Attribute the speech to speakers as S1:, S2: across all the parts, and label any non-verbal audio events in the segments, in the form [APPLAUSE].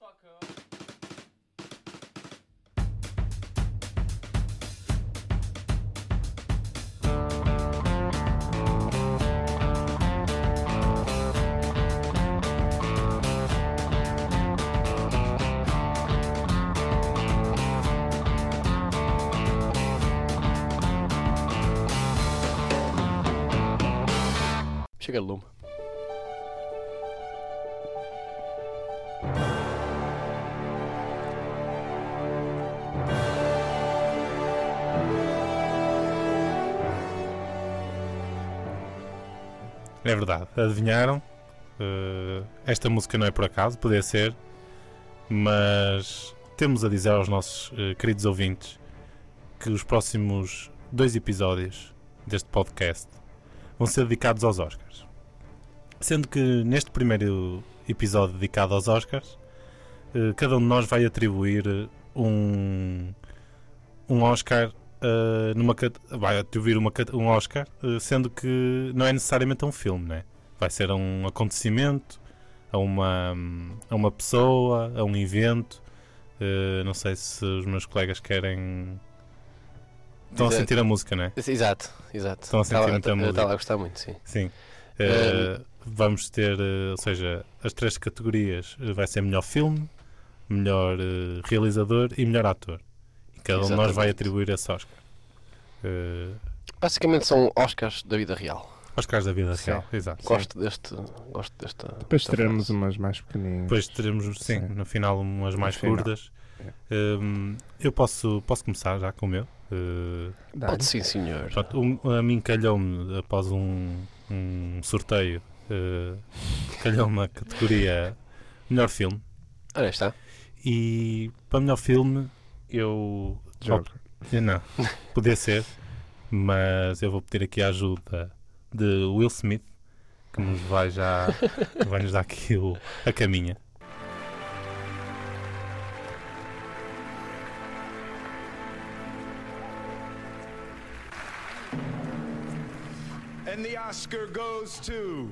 S1: welcome.
S2: Chega de lume.
S3: É verdade, adivinharam? Eh, esta música não é por acaso, podia ser, mas temos a dizer aos nossos eh, queridos ouvintes que os próximos dois episódios deste podcast vão ser dedicados aos Oscars. Sendo que neste primeiro episódio dedicado aos Oscars, eh, cada um de nós vai atribuir eh, um, um Oscar uh, numa cate- vai atribuir uma, cate- um Oscar, uh, sendo que não é necessariamente um filme, né? Vai ser a um acontecimento, a uma, a uma pessoa, a um evento. Uh, não sei se os meus colegas querem. Estão a
S2: Dizer-
S3: sentir a música, né?
S2: Exato, exato.
S3: Estão a sentir
S2: Estava-
S3: muita
S2: eu
S3: música.
S2: Estava a gostar muito, sim.
S3: Sim.
S2: Eh,
S3: Uh, vamos ter, uh, ou seja, as três categorias uh, vai ser melhor filme, melhor uh, realizador e melhor ator. E cada um de nós vai
S2: Exatamente.
S3: atribuir esse Oscar. Uh,
S2: Basicamente são Oscars da vida real.
S3: Oscars da vida
S2: Sim.
S3: real, exato.
S2: Gosto deste. Gosto desta.
S4: Depois
S2: desta
S3: Então
S4: teremos
S2: frase.
S4: umas mais pequeninas.
S3: Depois teremos, sim,
S4: Sim.
S3: no final umas mais
S4: final.
S3: curtas. Um, eu posso, posso começar já com o meu. Uh,
S4: Dá-lhe.
S2: Pode sim, senhor.
S3: pronto, um- a mim calhou-me após um, um sorteio, uh, calhou-me a categoria melhor filme.
S2: Olha, está.
S3: E para melhor filme, eu.
S4: Joker.
S3: Eu [LAUGHS] Não, podia ser, mas eu vou pedir aqui a ajuda de Will Smith, que nos vai já. vai nos dar aqui o- a caminha.
S5: And the Oscar goes to.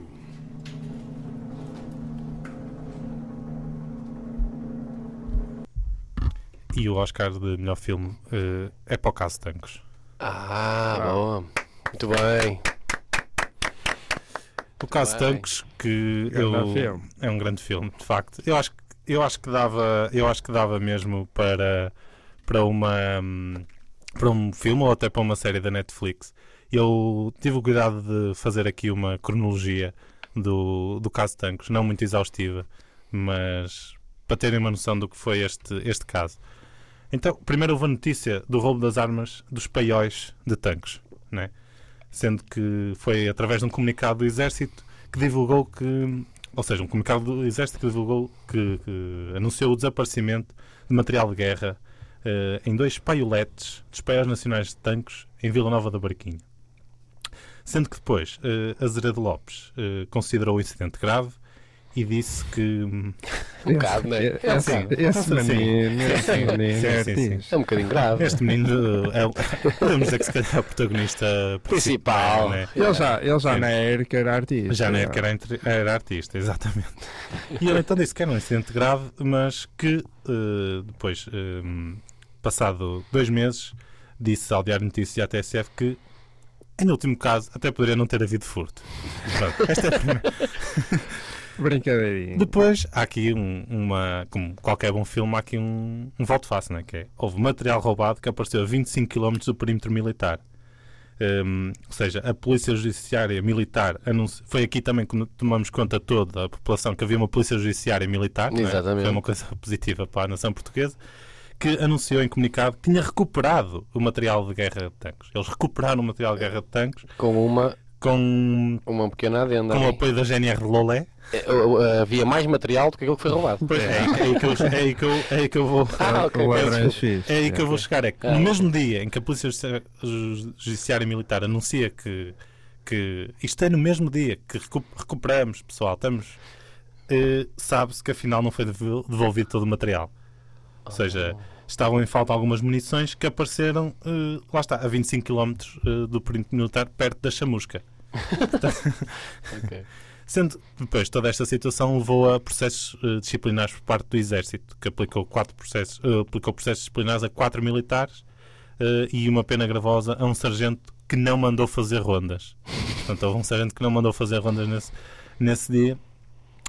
S3: E o Oscar de melhor filme eh, é para o Caso Tancos.
S2: Ah, boa. Muito bem.
S3: O Caso
S2: bem.
S3: Tancos, que
S4: Grande
S3: eu,
S4: filme.
S3: é um grande filme, de facto. Eu acho, que- eu acho que dava, eu acho que dava mesmo para para uma hum, para um filme ou até para uma série da Netflix. Eu tive o cuidado de fazer aqui uma cronologia do, do caso Tancos, não muito exaustiva, mas para terem uma noção do que foi este, este caso. Então, primeiro houve a notícia do roubo das armas dos paióis de tanques, né? sendo que foi através de um comunicado do Exército que divulgou que, ou seja, um comunicado do Exército que divulgou que, que anunciou o desaparecimento de material de guerra eh, em dois paioletes dos paióis nacionais de tanques em Vila Nova da Barquinha. Sendo que depois eh, Azeredo Lopes eh, considerou o incidente grave e disse que. hum,
S2: Um bocado, né?
S4: Esse-
S2: É um
S4: esse-
S2: bocado.
S4: Esse
S3: Sim, sim.
S4: menino, esse
S3: Sim, sim,
S4: menino,
S3: sim, sim.
S4: artista.
S2: É um bocadinho grave.
S3: Este menino é, o- [LAUGHS] podemos dizer que se calhar é o protagonista
S2: Principal.
S3: principal, né?
S4: Ele já, ele já
S3: Sim.
S4: não era que era artista.
S3: já é na época era, entre- era artista, exatamente. E ele então disse que era um incidente grave, mas que eh, depois, eh, passado dois meses, disse ao Diário de Notícias e à TSF que, em último caso, até poderia não ter havido furto. Pronto, esta é a primeira.
S4: Brincadeirinha.
S3: Depois há aqui um- uma, como qualquer bom filme, há aqui um, um volte face, né? que é, houve material roubado que apareceu a 25 km do perímetro militar. Hum, ou seja, a Polícia Judiciária Militar anunci- foi aqui também que no- tomamos conta toda a população que havia uma Polícia Judiciária Militar, né?
S2: Exatamente.
S3: foi uma coisa [LAUGHS] positiva para a nação portuguesa, que anunciou em comunicado que tinha recuperado o material de guerra de tanques. Eles recuperaram o material de guerra de tanques
S2: Com uma,
S3: com,
S2: uma pequena adenda.
S3: com o
S2: aí.
S3: apoio da GNR Lolé.
S2: É, o- o- Havia mais material do que aquilo que foi roubado.
S3: Pois é, é aí que eu, é aí que eu, é aí que eu vou.
S2: Ah, ok.
S4: O
S2: peço
S4: Adrian
S2: desculpa.
S4: X.
S3: É aí que eu vou chegar. É que
S2: Ah,
S3: no
S2: ok.
S3: mesmo dia em que a Polícia Justiça- Ju- Judiciária Militar anuncia que, que isto é no mesmo dia que recu- recuperamos, pessoal, estamos. eh, Sabe-se que afinal não foi devol- devolvido todo o material. Ou seja,
S2: Oh.
S3: estavam em falta algumas munições que apareceram, eh, lá está, a 25 km eh, do perímetro militar, perto da chamusca.
S2: Ok.
S3: Sendo que depois toda esta situação levou a processos eh, disciplinares por parte do Exército, que aplicou, quatro processos, eh, aplicou processos disciplinares a quatro militares eh, e uma pena gravosa a um sargento que não mandou fazer rondas. Portanto, houve um sargento que não mandou fazer rondas nesse, nesse dia.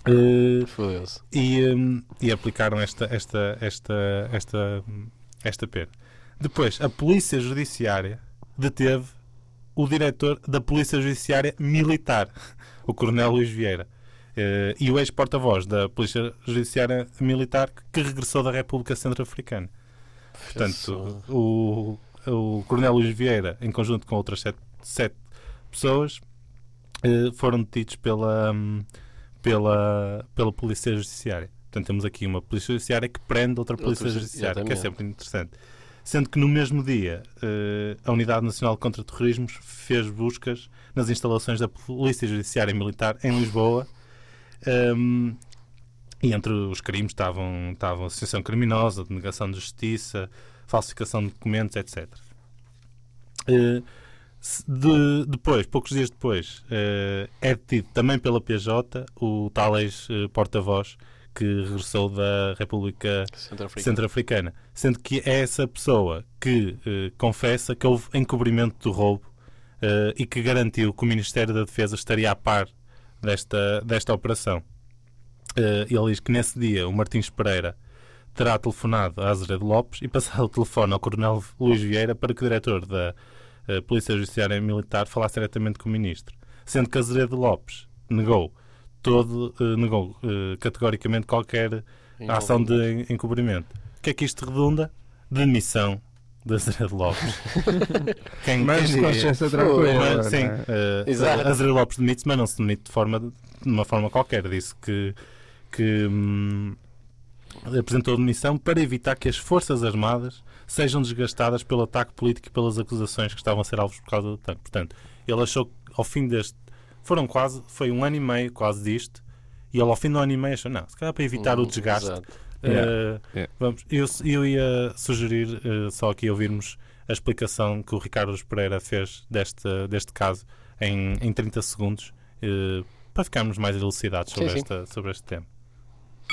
S3: Eh,
S2: Fodeu-se.
S3: e, hum, e aplicaram esta, esta, esta, esta, hum, esta pena. Depois, a Polícia Judiciária deteve o diretor da Polícia Judiciária Militar, o Coronel Luís Vieira, eh, e o ex-porta-voz da Polícia Judiciária Militar que regressou da República Centro-Africana. Portanto, o, o Coronel Luís Vieira, em conjunto com outras sete, sete pessoas, eh, foram detidos pela, hum, pela, pela Polícia Judiciária. Portanto, temos aqui uma Polícia Judiciária que prende outra Polícia
S2: ju-
S3: Judiciária, que é
S2: exatamente.
S3: sempre interessante. Sendo que no mesmo dia, eh, a Unidade Nacional contra Terrorismo fez buscas nas instalações da Polícia Judiciária Militar em Lisboa. Hum, e entre os crimes estavam, estavam associação criminosa, denegação de justiça, falsificação de documentos, etc. Eh, se- de- depois, poucos dias depois, eh, é detido também pela PJ o tal ex-porta-voz que regressou da República
S2: Centro-Africano.
S3: Centro-Africana. Sendo que é essa pessoa que eh, confessa que houve encobrimento do roubo eh, e que garantiu que o Ministério da Defesa estaria a par desta, desta operação. Eh, ele diz que nesse dia o Martins Pereira terá telefonado a Azeredo Lopes e passado o telefone ao Coronel Luís Vieira para que o diretor da eh, Polícia Judiciária Militar falasse diretamente com o ministro. Sendo que Azeredo Lopes negou todo, eh, negou eh, categoricamente qualquer a ação de en- encobrimento. O que é que isto redunda? Demissão de Azeredo Lopes.
S4: [LAUGHS]
S3: Quem-
S4: Mas
S3: quem-
S4: com consciência
S2: Foi,
S4: tranquila.
S3: mas, sim,
S4: não é?
S3: eh,
S2: Exato.
S3: Azevedo Lopes demite-se, mas não se demite de, forma, de uma forma qualquer. Disse que, que hum, apresentou demissão para evitar que as Forças Armadas sejam desgastadas pelo ataque político e pelas acusações que estavam a ser alvos por causa do tanque. Portanto, ele achou que ao fim deste. Foram quase. Foi um ano e meio quase disto. E ele ao fim do ano e meio achou: não, se calhar para evitar o
S2: Hum,
S3: desgaste.
S2: exato.
S3: eh,
S4: Yeah. Yeah.
S3: Vamos, eu, eu ia sugerir eh, só aqui ouvirmos a explicação que o Ricardo Pereira fez deste, deste caso em, em 30 segundos eh, para ficarmos mais elucidados sobre,
S2: Sim, sim.
S3: Esta, sobre este tema.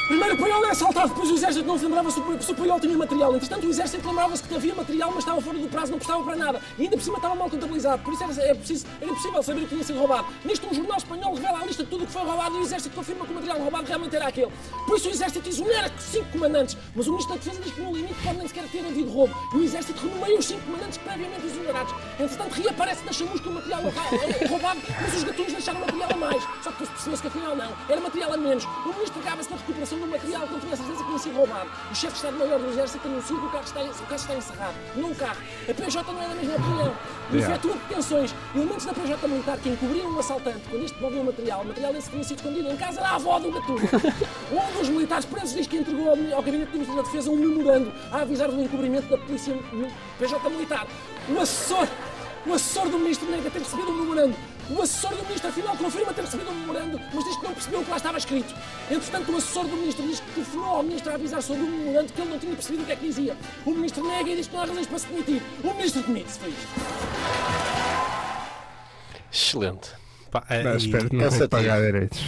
S1: Primeiro o paiol é assaltado, depois o exército não se lembrava se o, se o paiol tinha material. Entretanto, o exército lembrava-se que havia material, mas estava fora do prazo, não prestava para nada. E ainda por cima estava mal contabilizado. Por isso era, era preciso, era impossível saber o que tinha sido roubado. Nisto, um jornal espanhol revela a lista de tudo o que foi roubado e o exército confirma que o material roubado realmente era aquele. Por isso o exército exonera cinco comandantes. Mas o ministro da Defesa diz que no limite pode nem sequer ter havido roubo. E o exército renomeia os cinco comandantes previamente exonerados. Entretanto, reaparece na chamusca o material roubado- roubado, mas os gatunos deixaram material a mais. Só que depois percebeu-se que afinal não. Era material a menos. O ministro acaba-se na recuperação do material que não tinha certeza que tinha sido roubado. O chefe de Estado-Maior do Exército anunciou que o, carro está, o caso está encerrado. Não o carro. A PJ não é da mesma opinião.
S4: Yeah.
S1: Efetua detenções. Elementos da PJ Militar que encobriram um assaltante quando este devolveu o material. O material esse tinha sido escondido em casa da avó do gatuno. um dos militares presos diz que entregou ao, ao gabinete do Ministro da Defesa um memorando a avisar do encobrimento da polícia hum, PJ Militar. O assessor o assessor do ministro nega ter recebido um memorando. O assessor do ministro, afinal, confirma ter recebido um memorando, mas diz que não percebeu o que lá estava escrito. Entretanto, o assessor do ministro diz que telefonou ao ministro a avisar sobre o memorando que ele não tinha percebido o que é que dizia. O ministro nega e diz que não há razões para se demitir. O ministro demite-se, foi isto.
S2: Excelente.
S3: Pá, eh,
S4: Mas
S3: e-
S4: espero que não
S2: cansativo.
S4: vou pagar direitos.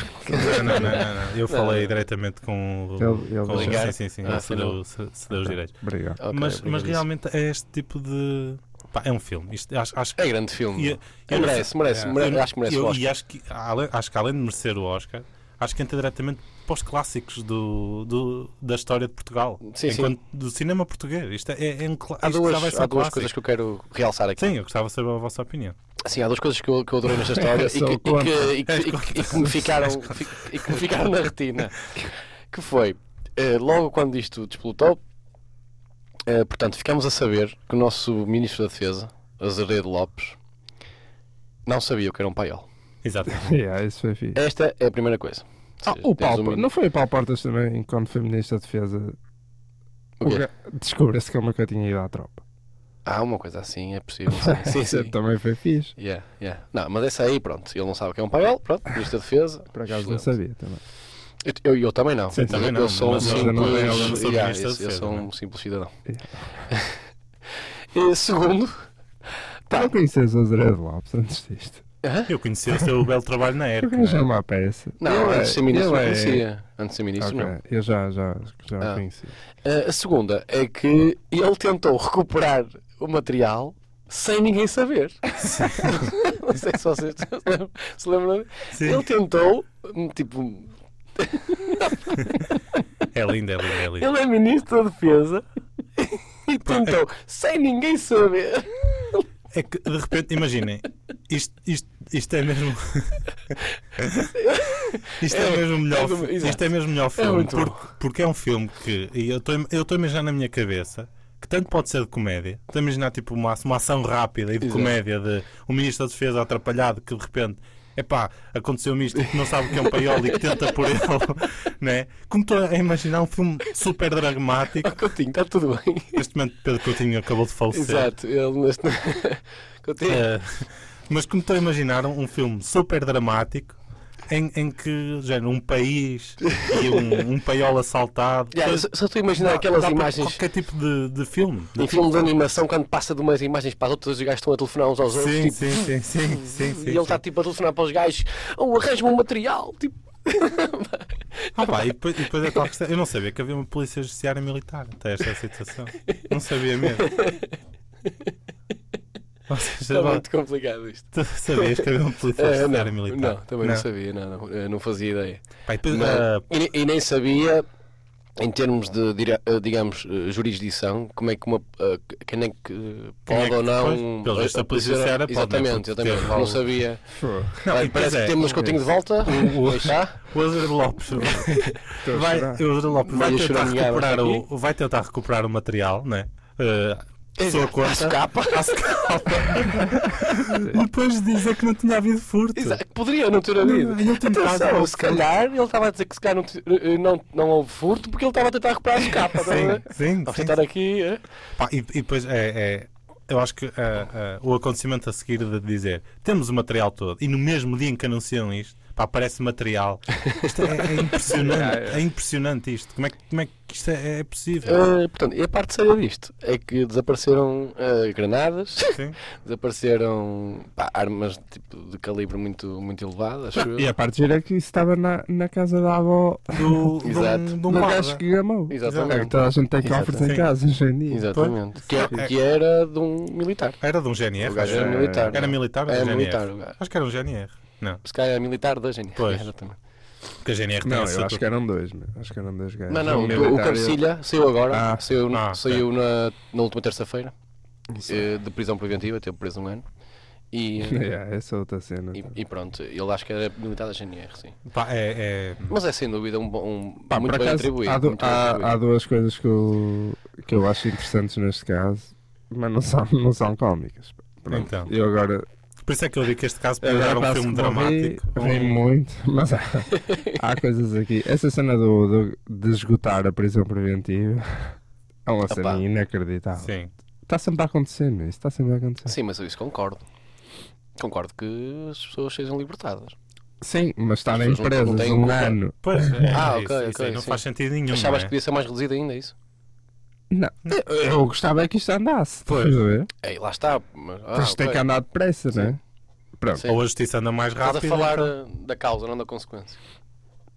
S3: não, não, não, não, não. Eu falei diretamente com, o-
S4: Ele- ele
S3: com o
S4: deixou.
S3: Sim, sim, sim.
S2: Ah,
S3: ele se deu,
S2: afinal.
S3: se- se deu os direitos.
S4: Obrigado.
S2: Ok,
S3: mas, mas
S2: obrigado.
S3: realmente é este tipo de. pá, é um filme. Isto, acho, acho que
S2: É grande filme.
S3: E-
S2: É, merece, merece,
S3: É.
S2: mere-
S3: Eu-
S2: acho que merece
S3: eu-
S2: o Oscar.
S3: E acho que, ale- acho que além de merecer o Oscar, acho que entra diretamente para os clássicos do, do- da história de Portugal.
S2: Sim, sim.
S3: Enquanto- Do cinema português. Isto é, é um cla-
S2: Há
S3: isto já vai
S2: duas,
S3: ser
S2: há duas
S3: um clássico.
S2: coisas que eu quero realçar aqui.
S3: Sim, eu gostava de saber a vossa opinião.
S2: Sim, Assim, há duas coisas que eu, que eu adorei nesta história e
S4: Só
S2: que- e
S4: conta.
S2: que- e que- e que- e que me ficaram fi- e que me ficaram na retina. Que foi, eh, logo quando isto desplotou, eh, portanto, ficamos a saber que o nosso Ministro da Defesa, Azeredo Lopes, não sabia o que era um paiol.
S3: Exato.
S4: Yeah, isso foi fixe.
S2: Esta é a primeira coisa.
S4: Então. Ah,
S2: Ou seja,
S4: o
S2: tens
S4: Paulo,
S2: um-
S4: não foi o Paulo Portas também, quando foi ministro da Defesa,
S2: O quê?
S4: o ga- descobriu-se que ele nunca tinha ido à tropa.
S2: Ah, uma coisa assim, é
S4: [LAUGHS]
S2: possível. Sim, sim,
S4: Isso
S2: sim.
S4: também foi fixe.
S2: Yeah, yeah. Não, mas essa aí, pronto, ele não sabe o que é um paiol, pronto, Ministro da Defesa.
S4: Por acaso não
S2: excelente.
S4: sabia também.
S2: Eu, eu, eu também não.
S3: Sim, também não, é
S2: Eu sou um
S3: mas eu
S2: simples,
S4: não- eu não
S3: sou
S2: Yeah,
S3: ministro da
S2: esse- eu
S3: defesa,
S2: sou
S3: não
S2: um simples cidadão. Eh, Segundo,
S4: Tu não conheces o Zé de Lopes antes disto.
S2: Hã?
S3: Eu conheci o seu belo trabalho
S4: [LAUGHS]
S3: na ERC.
S4: Porque já
S3: né?
S4: uma peça.
S2: Não,
S4: Ele é-
S2: antes de ser ministro
S4: ele
S2: não
S4: é-
S2: conhecia. Antes de ser ministro
S4: Ok,
S2: não.
S4: Eu já, já, já
S2: Ah.
S4: conheci.
S2: Ah, a segunda é que ele tentou recuperar o material sem ninguém
S3: [LAUGHS]
S2: saber. não sei se vocês [LAUGHS] se lembram- se lembram.
S3: Sim.
S2: Ele tentou, hum, tipo,
S3: É lindo, é lindo, é lindo.
S2: ele é ministro da defesa [LAUGHS] e tentou, sem ninguém
S3: [LAUGHS]
S2: saber.
S3: É que, de repente, imaginem, isto, isto, isto é mesmo. [LAUGHS] isto é,
S2: É,
S3: mesmo o melhor,
S2: é do-
S3: fi-
S2: exato.
S3: isto é mesmo o melhor filme.
S2: muito
S3: porque, porque é um filme que. E eu estou eu estou a imaginar na minha cabeça que tanto pode ser de comédia. Estou a imaginar tipo uma, uma ação rápida e de
S2: Exato.
S3: comédia de um ministro da Defesa atrapalhado que de repente. Epá, aconteceu-me isto que não sabe o que é um paiol e que tenta por ele, [LAUGHS] né? Como estou a imaginar um filme super
S2: [LAUGHS]
S3: dramático.
S2: Coutinho, está tá tudo bem.
S3: Neste momento, Pedro Coutinho acabou de falecer.
S2: Exato, ele neste. [LAUGHS] Coutinho.
S3: Eh, mas como estou a imaginar um, um filme super dramático em, em que género, um país e um, um paiol assaltado.
S2: Já, eu só só estou a imaginar
S3: Dá-
S2: é aquelas
S3: dá para
S2: imagens
S3: Qualquer tipo de, de filme.
S2: em filme de animação quando passa de umas imagens para as outras, os gajos estão a telefonar uns aos outros.
S3: Sim,
S2: tipo,
S3: sim, sim, sim, sim, sim.
S2: E ele
S3: sim.
S2: está tipo a telefonar para os gajos, ou arranja-me um material, tipo.
S3: Ah, pá, e depois, e depois é tal questão. Eu não sabia que havia uma polícia judiciária militar até esta situação. Não sabia
S2: [LAUGHS]
S3: mesmo. Ou seja,
S2: Está
S3: vá,
S2: muito complicado isto.
S3: tu sabias que havia uma polícia
S2: Eh,
S3: judiciária
S2: Tá não,
S3: militar?
S2: não, também não, sabia, não, não, eh, não fazia ideia.
S3: Pá, e depois,
S2: Mas-
S3: ah,
S2: e, ne- e nem sabia, em termos de, dire- eh, digamos, eh, jurisdição, como é que uma. eh, quem é que eh,
S3: Quem é
S2: pode
S3: que-
S2: ou não.
S3: pois, pelo
S2: eh,
S3: visto, a polícia judiciária pode, não é?
S2: Exatamente,
S3: Porque
S2: exatamente.
S3: teve
S2: Não
S3: algo-
S2: sabia.
S3: não,
S2: Bem,
S3: e depois
S2: parece
S3: é,
S2: que temos Coutinho de volta. Ah,
S3: o-
S2: Aí está.
S3: O Azar Lopes
S4: [LAUGHS] a
S3: vai,
S4: chorar.
S3: o Azar Lopes
S2: Vai
S3: vai
S2: a
S3: tentar
S2: choramingar
S3: recuperar
S2: aqui.
S3: o, vai tentar recuperar o material, né? Uh, sua
S2: Exato,
S3: conta.
S2: à socapa.
S3: À socapa. Depois de dizer que não tinha havido furto.
S2: Exato, que poderia não ter havido.
S3: Não, eu tenho
S2: Atenção,
S3: razão.
S2: se calhar ele estava a dizer que se calhar não, te- eh, não, não houve furto porque ele estava a tentar recuperar a
S3: [LAUGHS]
S2: escapa. estás a ver?
S3: Sim, sim,
S2: Vamos
S3: sim.
S2: tentar aqui. eh?
S3: Pá, e, e depois é, é- eu acho que ah, ah, o acontecimento a seguir de dizer temos o material todo e no mesmo dia em que anunciam isto, pá, aparece material. Isto é, é impressionante, é impressionante isto. Como é, que- como é que isto é, é possível?
S2: Eh, portanto, e a parte séria disto é que desapareceram eh,
S3: [LAUGHS]
S2: granadas,
S3: Sim.
S2: desapareceram pá, armas tipo, de calibre muito, muito elevado, acho eu.
S4: E a parte gira é que isso estava na, na casa da avó
S3: Do, de
S2: Exato.
S3: um, de um
S4: do
S3: guarda.
S4: gajo que gamou. É que
S2: Exatamente.
S4: toda a gente tem cofres
S3: Sim.
S4: em casa hoje em dia.
S2: Exatamente. Que,
S3: Sim.
S2: é- que era de um militar.
S3: Era de um
S2: O
S3: GNR?
S2: gajo é era
S3: acho eu.
S2: militar.
S3: Era
S2: não?
S3: militar ou
S2: Era
S3: GNR?
S2: militar o gajo.
S3: Acho que era um GNR. Não,
S2: Se calhar era militar da GNR. [LAUGHS]
S3: Pois.
S2: Exatamente.
S3: porque a GNR tem esse
S4: Não, eu acho
S3: estatuto.
S4: que eram dois, meu. Acho que eram dois gajos.
S2: Não, não,
S4: Um
S2: o, o
S4: militar e [LAUGHS]
S2: Carcilha saiu agora,
S4: Ah,
S2: saiu,
S3: ah, ok.
S2: saiu na, na última terça-feira
S4: Isso.
S2: eh, de prisão preventiva, teve preso um ano e,
S4: outro. [LAUGHS] Yeah, essa é outra cena.
S2: e,
S4: tá.
S2: e pronto, ele acho que era militar da GNR, sim.
S3: Pá, é, é-
S2: Mas é sem dúvida um, bom- um
S4: Pá,
S2: muito
S4: por
S2: bem
S4: acaso,
S2: atribuído.
S4: há, du-
S2: muito bem
S4: há-
S2: atribuído.
S4: há duas coisas que eu, que eu acho interessantes neste caso, mas não são, não são cómicas. Pronto.
S3: Então.
S4: Eu agora.
S3: Por isso é que eu digo que este caso pode
S4: agora
S3: dar um
S4: parece
S3: filme
S4: que morri,
S3: dramático.
S4: Ri muito, mas há,
S2: [LAUGHS]
S4: há coisas aqui. Essa cena do, do- de esgotar a prisão preventiva é uma cena
S2: Opa.
S4: inacreditável.
S3: Sim.
S4: Está sempre a acontecer, meu. Isso está sempre a acontecer.
S2: Sim, mas eu isso concordo. Concordo que as pessoas sejam libertadas.
S4: Sim, mas estar em
S2: pessoas não- não
S4: presas
S2: têm
S4: um
S2: culpa.
S4: ano.
S3: Pois, é,
S2: Ah,
S3: é
S2: ok,
S3: isso, isso aí
S2: ok,
S3: não
S2: sim.
S3: faz sentido nenhum.
S2: Achavas
S3: não é?
S2: que podia ser mais reduzido ainda isso?
S4: Não, eu, eu gostava é que isto andasse.
S3: Pois.
S4: estás a ver?
S2: Ei, lá está. Mas, ah,
S4: Tens de ter
S2: ok.
S4: que andar depressa, não é? Pronto.
S2: Sim.
S3: Ou a justiça anda mais
S2: Estás a
S3: rápido.
S2: falar
S4: então.
S2: eh, da causa, não da consequência.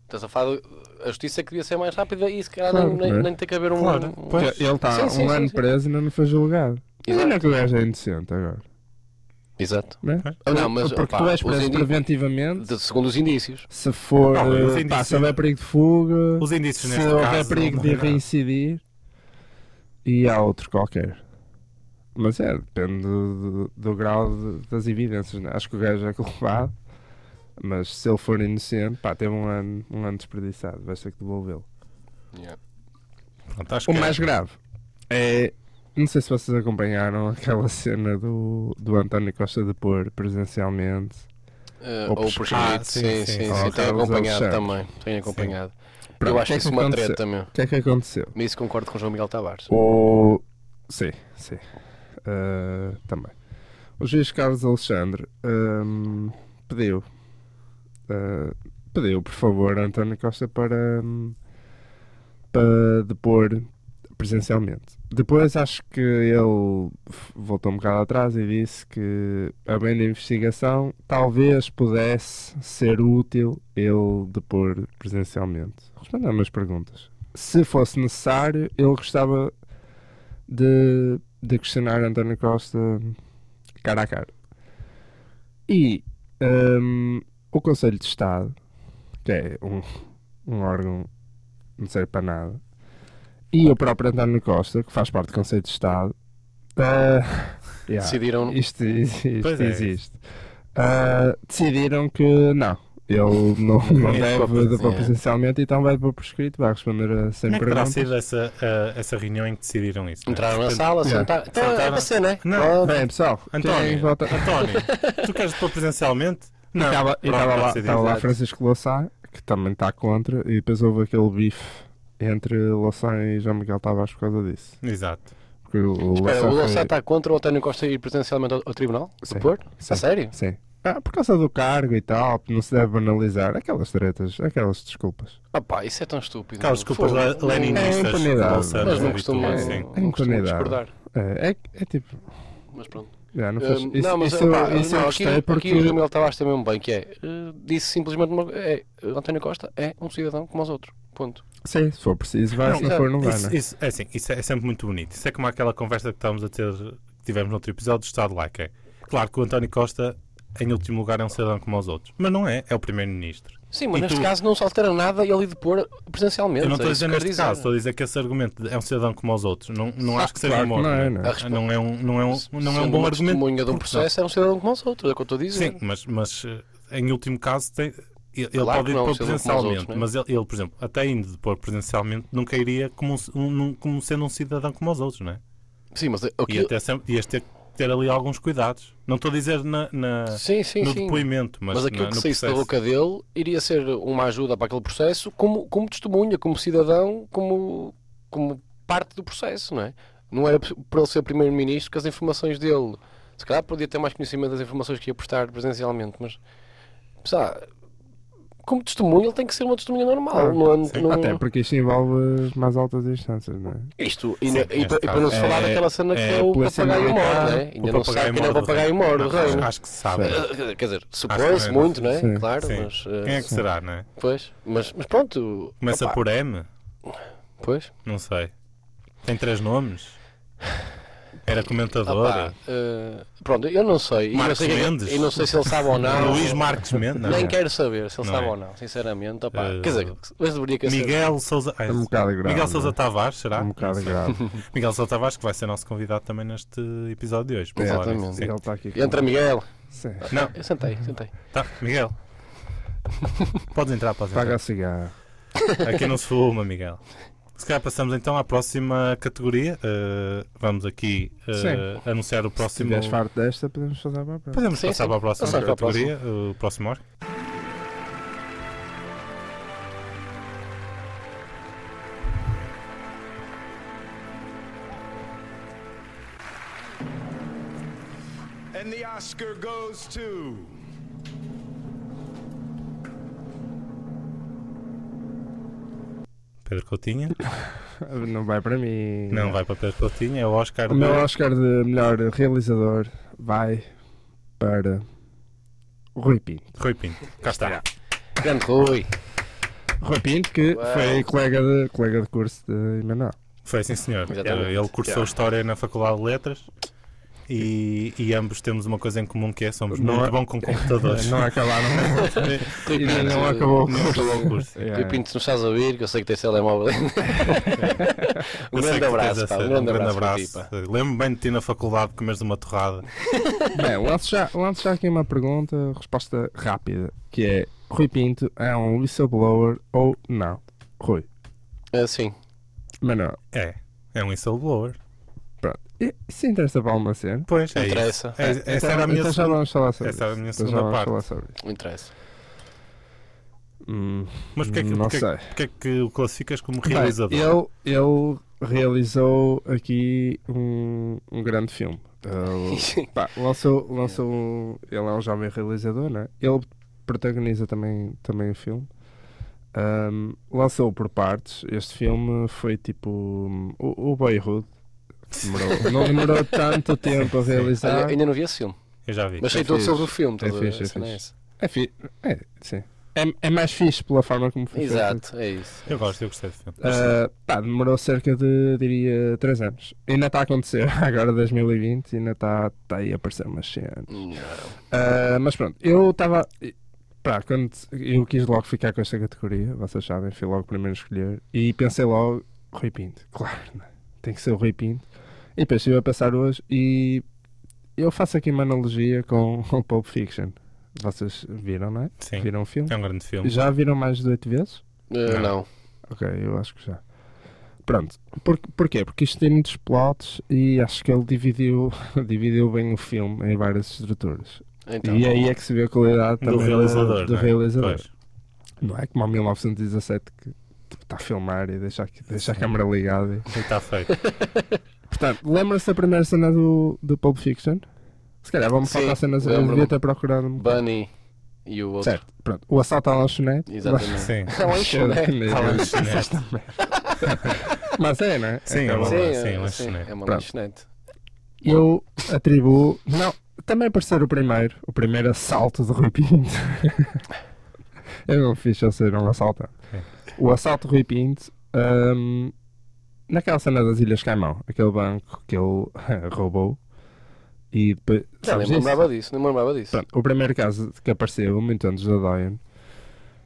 S2: Estás a falar. A justiça que devia ser mais rápida e se calhar
S4: Claro,
S2: nem,
S4: não é?
S2: nem, nem tem que haver um.
S3: Claro,
S2: um-
S3: pois.
S4: Que Ele está
S2: Sim, sim,
S4: um
S2: sim,
S4: ano
S2: sim.
S4: preso e ainda não foi julgado.
S2: Exato.
S4: Ainda que o gajo é inocente agora.
S2: Exato.
S4: Né?
S2: Ah, não, mas,
S4: Porque
S2: opá,
S4: tu és
S2: os
S4: preso
S2: indi-
S4: preventivamente.
S2: de- segundo os indícios.
S4: Se for.
S3: Não, os
S4: eh, pá,
S3: indícios-
S4: se houver perigo de fuga.
S3: Os indícios
S4: Se
S3: neste caso.
S4: houver perigo
S3: não-
S4: de reincidir. E há outro qualquer. Mas é, depende do, do- do grau de- das evidências. né? Acho que o gajo é culpado. Mas se ele for inocente, pá, teve um ano, um ano desperdiçado. Vais ter que devolvê-lo.
S2: Yeah.
S3: Pronto, acho
S4: O
S3: que é.
S4: mais grave é. Não sei se vocês acompanharam aquela cena do, do António Costa de pôr presencialmente.
S2: Eh,
S4: Ou
S2: ou
S4: prescrito.
S2: por
S3: Ah,
S2: escrito,
S3: sim,
S2: sim, sim,
S3: sim,
S2: sim,
S3: sim.
S2: tenho
S4: Ok, é
S2: acompanhado
S4: vamos
S2: também. Tenho acompanhado.
S4: Pronto,
S2: Eu
S4: o que
S2: acho
S4: é
S2: isso
S4: que
S2: uma
S4: aconteceu?
S2: treta, meu.
S4: O que é que aconteceu?
S2: Mas isso concordo com o João Miguel Tavares.
S4: Oh, O... Sim, sim. Ah, também. O juiz Carlos Alexandre ahm, pediu. ah, pediu, por favor, a António Costa para, ahm, para depor presencialmente. Depois acho que ele f- voltou um bocado atrás e disse que, a bem da investigação, talvez pudesse ser útil ele depor presencialmente. Respondendo às minhas perguntas. Se fosse necessário, ele gostava de, de questionar António Costa cara a cara. E hum, o Conselho de Estado, que é um, um órgão que não serve para nada, e o próprio António Costa, que faz parte do Conselho de Estado,
S3: [LAUGHS]
S4: ah, yeah,
S2: Decidiram.
S4: isto, isto
S3: Pois é.
S4: existe, Ah, decidiram que não. Ele não, não
S2: Não é
S4: deve
S2: para-
S4: depor
S2: é.
S4: presencialmente, então vai para prescrito, vai responder a 100
S3: Como é que terá
S4: perguntas.
S3: sido essa, ah, essa reunião em que decidiram isso? não é?
S2: Entraram na
S3: Portanto,
S2: sala,
S4: yeah.
S2: sentaram. Então, é
S3: Sentaram.
S2: para ser, né?
S3: Não.
S2: Pronto.
S4: Ah, Bem, pessoal, quem é
S3: António,
S4: vota-
S3: António, tu queres pôr presencialmente?
S4: E estava-
S3: Pronto,
S4: e estava
S3: está
S4: lá,
S3: decidido.
S4: estava lá
S2: exato.
S4: Francisco Louçã, que também está contra, e depois houve aquele bife entre Louçã e João Miguel Tavares por causa disso.
S3: Exato.
S4: Porque o,
S2: Espera,
S4: o Louçã
S2: o
S4: foi-
S2: Louçã tá- está contra o António Costa ir presencialmente ao, ao tribunal?
S4: é Sim.
S2: Supor?
S4: Sim.
S2: A tá sério?
S4: Sim. Ah, por causa do cargo e tal, não se deve banalizar aquelas tretas, aquelas desculpas.
S2: Ah pá, isso é tão estúpido.
S3: Aquelas desculpas
S2: Fogo.
S3: le- leninistas.
S4: É impunidade.
S3: do Bolsonaro,
S2: Mas não
S3: habitual,
S2: costumo,
S4: habituais,
S3: sim.
S4: É
S2: não costumo
S4: impunidade.
S2: discordar.
S4: É, é, é tipo.
S2: Mas pronto.
S4: já, não faz-
S2: Hum,
S4: isso,
S2: não, mas
S4: isso,
S3: é-
S2: opá,
S4: isso eu
S2: não,
S4: gostei
S2: aqui,
S4: porque.
S2: aqui o Jamil Tavares tem mesmo bem, que é. eh, disse simplesmente. uma- é, António Costa é um cidadão como os outros. Ponto.
S4: Sim, se for preciso, vai,
S3: Não,
S4: se não for, não vai,
S3: Isso,
S4: né?
S3: isso- é assim, isso é sempre muito bonito. Isso é como aquela conversa que estávamos a ter, que tivemos no outro episódio do Estado Laico. é. Claro que o António Costa, em último lugar, é um cidadão como os outros. Mas não é, é o Primeiro-Ministro.
S2: Sim, mas
S3: E
S2: neste
S3: tu?
S2: caso não se altera nada e ele depor presencialmente.
S3: Eu não estou
S2: é
S3: a
S2: isso
S3: dizer
S2: que eu
S3: neste
S2: quero
S3: caso, estou a dizer que esse argumento de é um cidadão como os outros. Não, não
S4: Ah,
S3: acho que seja
S4: claro
S3: um
S4: que
S3: bom
S4: não é,
S3: argumento.
S4: não é.
S2: A resposta-
S3: Não é um, não é um, não é um
S2: Sendo
S3: bom
S2: uma
S3: argumento.
S2: testemunha de um
S3: porque não.
S2: processo, é um cidadão como os outros, é o que eu estou a dizer.
S3: Sim, mas, mas eh, em último caso tem- ele ele
S2: Claro
S3: pode
S2: que
S3: ir
S2: não,
S3: pôr
S2: se ele não como os
S3: presencialmente,
S2: outros, não é?
S3: mas ele, ele, por exemplo, até indo de pôr presencialmente, nunca iria como, um ci- um- um- como sendo um cidadão como os outros, não é?
S2: Sim, mas eh,
S3: E
S2: aquilo.
S3: até sempre, ias ter que ter ali alguns cuidados. Não estou a dizer na, na-
S2: Sim, sim,
S3: no
S2: sim.
S3: depoimento, mas,
S2: Mas, aquilo
S3: na-
S2: que
S3: no
S2: saísse da
S3: processo.
S2: boca dele iria ser uma ajuda para aquele processo como, como testemunha, como cidadão, como, como parte do processo, não é? Não era p- por ele ser primeiro-ministro que as informações dele, se calhar podia ter mais conhecimento das informações que ia prestar presencialmente, mas sabe, como testemunha ele tem que ser uma testemunha normal.
S4: Claro,
S2: não, é-
S3: sim.
S2: não-
S4: Até porque isto envolve as mais altas instâncias, não é?
S2: Isto, e,
S3: Sim,
S2: na- e
S3: neste
S2: pa- e para
S3: caso.
S2: não se falar
S3: É-
S2: daquela cena que
S3: é
S2: é, o
S4: polícia
S2: papagaio mor,
S4: militar,
S2: não é? Ainda não se sabe quem é o papagaio mor do
S3: Não, acho-
S2: reino.
S3: Acho que se sabe.
S2: Eh, Quer dizer,
S3: Acho
S2: supõe-se
S3: que-
S2: muito, não é?
S4: sim,
S2: claro,
S3: sim.
S2: mas. eh,
S3: Quem é que será, não é?
S2: Pois, mas, mas pronto.
S3: Começa
S2: opá,
S3: por M?
S2: Pois.
S3: Não sei. Tem três nomes? Era comentador?
S2: Opá, eh, pronto, eu não sei. E não
S3: Marcos
S2: sei, quem- é
S3: Mendes?
S2: e não sei se ele sabe ou não.
S3: Luís Marques Mendes? não.
S2: Nem quero saber se ele
S3: Não
S2: sabe
S3: é.
S2: ou não, sinceramente. opá.
S3: Eh,
S2: Quer dizer, mas deveria que ser.
S3: Miguel Sousa. ai,
S4: É um bocado grave.
S3: Miguel Sousa
S4: não
S3: Tavares,
S4: é?
S3: será?
S4: um bocado grave.
S2: [LAUGHS]
S3: Miguel Sousa Tavares, que vai ser nosso convidado também neste episódio de hoje. por falar nisso,
S2: Exatamente.
S3: sim.
S4: Ele está aqui. com-
S2: Entra Miguel.
S4: Sim.
S3: Não,
S2: Eu sentei, sentei.
S3: tá, Miguel. Podes entrar, podes entrar.
S4: Paga cigarro.
S3: Aqui não se fuma, Miguel. Se calhar passamos então à próxima categoria. Uh, vamos aqui uh, anunciar o
S4: Se
S3: próximo.
S4: tiveres farto desta, podemos fazer para a próxima.
S3: Podemos
S2: Sim,
S3: passar
S2: sim.
S3: para a próxima
S2: Passamos para a
S3: categoria, o próximo orc.
S5: And the Oscar goes to.
S3: Pedro Coutinho.
S4: Não vai para mim.
S3: Não vai para Pedro Coutinho, é o Oscar.
S4: O meu
S3: da-
S4: Oscar de melhor realizador vai para Rui Pinto.
S3: Rui Pinto. Cá está.
S2: Grande Rui.
S4: Rui Pinto, que
S2: Uau.
S4: foi colega de, colega de curso de Emanuel.
S3: Foi, sim, senhor.
S2: Exatamente.
S3: Ele cursou
S2: Yeah.
S3: História na Faculdade de Letras e, e ambos temos uma coisa em comum que é somos
S4: Não
S3: muito
S4: é-
S3: bom com computadores.
S4: [LAUGHS] Não
S3: [LAUGHS]
S4: acabaram.
S2: Rui
S4: E
S2: Pinto,
S4: não
S2: eh,
S4: acabou o
S3: Não
S4: curso.
S3: acabou o curso.
S4: Yeah.
S2: Rui Pinto, se nos estás a ouvir, que eu sei que tens
S3: [LAUGHS]
S2: telemóvel. um
S3: Eu
S2: grande
S3: sei que tu tens
S2: abraço, pá,
S3: essa-
S2: um grande abraço. para ti, pá.
S3: Lembro-me bem de ti na faculdade de comeres de uma torrada.
S4: Bem, lanço já, lanço já aqui uma pergunta, resposta rápida, que é Rui Pinto é um whistleblower ou não? Rui.
S2: Ah, Sim,
S4: Emanuel.
S3: É, é um whistleblower.
S4: Pronto. E- Isso interessa para alguma cena?
S3: Pois, é isso.
S2: interessa.
S3: É, essa era a minha
S4: então já
S3: segunda-
S4: vamos falar sobre
S3: essa era a
S4: isso.
S3: minha
S4: Então já
S3: segunda
S4: vamos
S3: parte.
S4: falar sobre
S3: É.
S4: isso.
S2: Interessa.
S4: Hum,
S3: Mas porquê é que,
S4: Não
S3: porquê,
S4: sei.
S3: porquê é que o classificas como
S4: Bem,
S3: realizador?
S4: ele, ele realizou aqui um, um grande filme. Ele, pá, lançou, lançou um- ele é um jovem realizador, né? Ele protagoniza também, também o filme. Ahm, lançou por partes. Este filme foi tipo um, o, o Boyhood.
S2: [LAUGHS]
S4: Demorou- não demorou tanto tempo a
S2: Olha,
S4: realizar.
S2: ainda não vi esse filme.
S3: Eu já vi.
S2: Mas
S4: É
S2: sei tudo
S4: fixe.
S2: sobre o filme.
S4: É
S2: estás a ver?
S4: fixe,
S2: A
S4: é
S2: cena é
S4: fixe.
S2: essa.
S4: É, fi é, sim. É, é mais fixe pela forma como foi feito.
S2: Exato, é isso.
S3: Eu gosto, eu gostei do filme.
S4: Ah, pá, demorou cerca de, diria, 3 anos. Ainda está a acontecer, [LAUGHS] agora 2020, ainda está tá aí a aparecer umas cenas. Ah, mas pronto, eu estava. Pá, quando eu quis logo ficar com esta categoria, vocês sabem, fui logo primeiro a escolher. E pensei logo, Rui Pinto, claro, né? tem que ser o Rui Pinto. E depois estive a passar hoje e eu faço aqui uma analogia com [LAUGHS] o Pulp Fiction. Vocês viram, não é?
S3: Sim,
S4: Viram o filme?
S3: é um grande filme.
S4: Já viram mais de 8 vezes?
S2: Uh, não.
S4: Ok, eu acho que já. Pronto, Por, porquê? Porque isto tem muitos plots e acho que ele dividiu, [LAUGHS] dividiu bem o filme em várias estruturas.
S2: Então,
S4: e aí é que se vê a qualidade
S3: Tá Do
S4: também da-
S3: realizador,
S4: Do
S3: não é?
S4: realizador.
S3: Pois.
S4: Não é como o 1917 que tipo, está a filmar e deixa, aqui- deixa a câmera ligada.
S3: E está tá feito.
S2: [LAUGHS]
S4: Portanto, lembra-se da primeira cena do, do Pulp Fiction? Se calhar vão-me
S2: Sim,
S4: faltar cenas, eu
S2: lembro-me.
S4: devia ter procurado um bocado.
S2: Bunny e o outro.
S4: Certo, pronto. O assalto à lanchonete. [LAUGHS]
S2: Exatamente. É
S3: Sim.
S4: Lanchonete.
S3: Há lanchonete.
S4: [LAUGHS] Mas é, não é?
S3: Sim,
S4: é
S3: é uma-
S4: uma-
S2: Sim,
S3: Sim,
S2: é- sim,
S3: lanchonete.
S2: é uma
S4: Pronto.
S2: lanchonete.
S4: Eu atribuo. Não, também para ser o primeiro. O primeiro assalto de Rui
S2: [LAUGHS]
S4: Pinto. eu não fiz eu ser um assalto.
S2: É.
S4: O assalto de Rui Pinto. hum, naquela cena das Ilhas Caimão. Aquele banco que ele [LAUGHS] roubou. E depois.
S2: Não, nem
S4: sabes
S2: me
S4: disso?
S2: lembrava disso, nem me lembrava disso.
S4: Pronto, o primeiro caso que apareceu, muito antes da Doyen,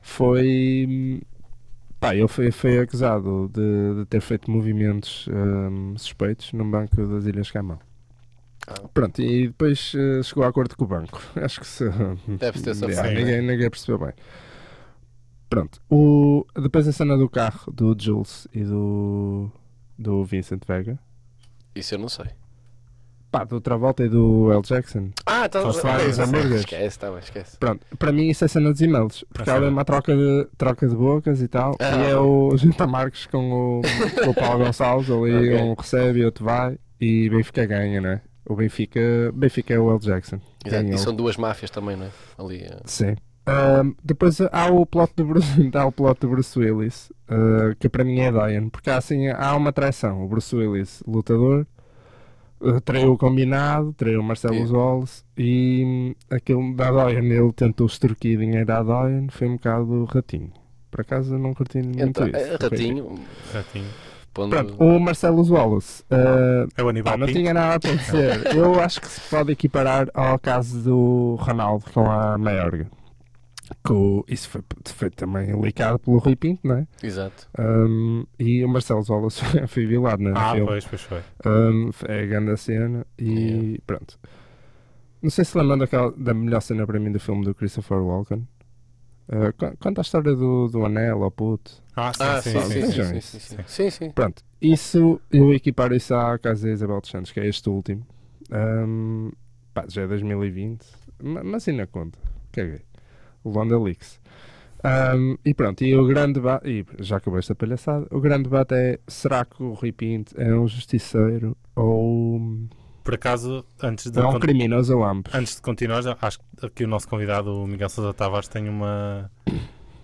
S4: foi. Pá, ele foi, foi acusado de, de ter feito movimentos hum, suspeitos num banco das Ilhas Caimão.
S2: Ah.
S4: Pronto, e depois eh, chegou a acordo com o banco. [LAUGHS] Acho que se.
S2: Deve ter sido
S4: [LAUGHS]
S2: assim, né?
S4: Yeah,
S3: Sim,
S4: ninguém, ninguém percebeu bem. Pronto, o, depois a cena do carro do Jules e do, do Vincent Vega.
S2: Isso eu não sei.
S4: Pá, do Travolta e do L. Jackson.
S2: Ah, está
S3: Foste lá,
S4: os hambúrgueres.
S2: Esquece, está bem, esquece.
S4: Pronto, para mim isso é cena dos e-mails, porque
S3: Ah,
S4: há
S3: sim.
S4: ali uma troca de, troca de bocas e tal,
S2: Ah,
S4: e é
S2: ok.
S4: o Junta Marques com o, com o
S2: [LAUGHS]
S4: Paulo Gonçalves, ali
S2: Ok.
S4: um recebe e outro vai, e Benfica ganha, não é? O Benfica, Benfica é um- o L. Jackson.
S2: Exato.
S4: Ganhou.
S2: E são duas máfias também, não é? Ali. eh,
S4: Sim. Ahm, depois há o plot do Bruce, [LAUGHS] há o plot do Bruce Willis, ah, que para mim é Diane, porque há, assim, há uma traição. O Bruce Willis, lutador, ah, traiu o combinado, traiu o Marcelo
S2: Sim.
S4: Zoles e hum, aquele da Diane, ele tentou extorquir dinheiro à Diane, foi um bocado ratinho. Por acaso eu não curti muito
S2: Entra,
S4: isso.
S2: eh, ratinho.
S3: Ratinho.
S2: Pondo...
S4: Pronto, o Marcelo Wallace ah,
S3: É o
S4: Pá,
S3: Aníbal
S4: não
S3: Pinto.
S4: tinha nada a
S3: [LAUGHS]
S4: acontecer. Eu acho que se pode equiparar ao caso do Ronaldo com a Maiorga. Que o- Isso foi, foi também ligado pelo Rui Pinto, não é?
S2: Exato.
S4: Um, e o Marcelo Zola [LAUGHS] foi violado, não é? no
S3: Ah,
S4: filme.
S3: pois, pois foi.
S4: Um, é a grande cena e
S2: Yeah.
S4: pronto. Não sei se lembram daquela, da melhor cena para mim do filme do Christopher Walken. Uh, con- conta a história do, do anel ao puto.
S3: Ah, sim,
S2: Ah,
S3: sim, sim. sim.
S2: sim, sim, sim, sim. Sim, sim.
S4: Pronto, isso eu equiparo isso à casa da Isabel dos Santos, que é este último. Ahm, pá, já é 2020, ma- mas ainda conta. Caguei. O Londa Leaks. Ahm, e pronto, e o grande debate, e já acabou esta palhaçada, o grande debate é será que o Rui Pinto é um justiceiro ou
S3: Por acaso, antes de,
S4: é um
S3: con-
S4: criminoso ou ambos?
S3: antes de continuar, já acho que o nosso convidado, o Miguel Sousa Tavares, tem uma.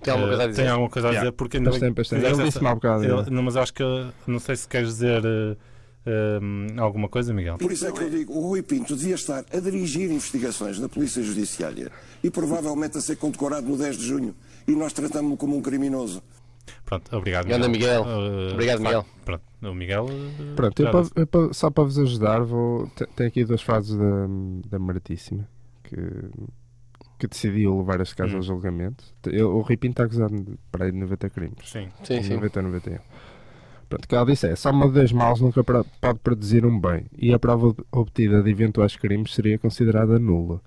S2: Tem alguma
S3: eh,
S2: coisa a dizer?
S3: Tem alguma coisa a dizer, porque ainda
S4: Mas
S3: bem
S4: tem, mas tem.
S3: fizeste
S4: Ele
S3: essa-
S4: disse-me há bocado.
S3: Eu-
S4: né?
S3: não, mas acho que não sei se queres dizer eh, eh, alguma coisa, Miguel.
S6: Por isso é que eu digo, o Rui Pinto devia estar a dirigir investigações na Polícia Judiciária e provavelmente a ser condecorado no 10 de junho. E nós tratámo-lo como um criminoso.
S3: Pronto, obrigado.
S2: Ganda Miguel.
S3: Eh,
S2: Obrigado,
S3: de facto, Pronto, o Miguel. eh,
S4: Pronto, eu
S3: já
S4: pa-
S3: disse.
S4: eu pa- só para vos ajudar, vou, te- tenho aqui duas frases da, da Meritíssima que, que decidiu levar este caso
S3: Hum.
S4: ao julgamento. Te- eu- o Ripinto está acusado de para aí de 90 crimes.
S3: Sim.
S2: Sim, sim.
S4: 90 ou 91. Pronto, o que ela disse é: só uma de dois maus nunca pro- pode produzir um bem, e a prova ob- obtida de eventuais crimes seria considerada nula,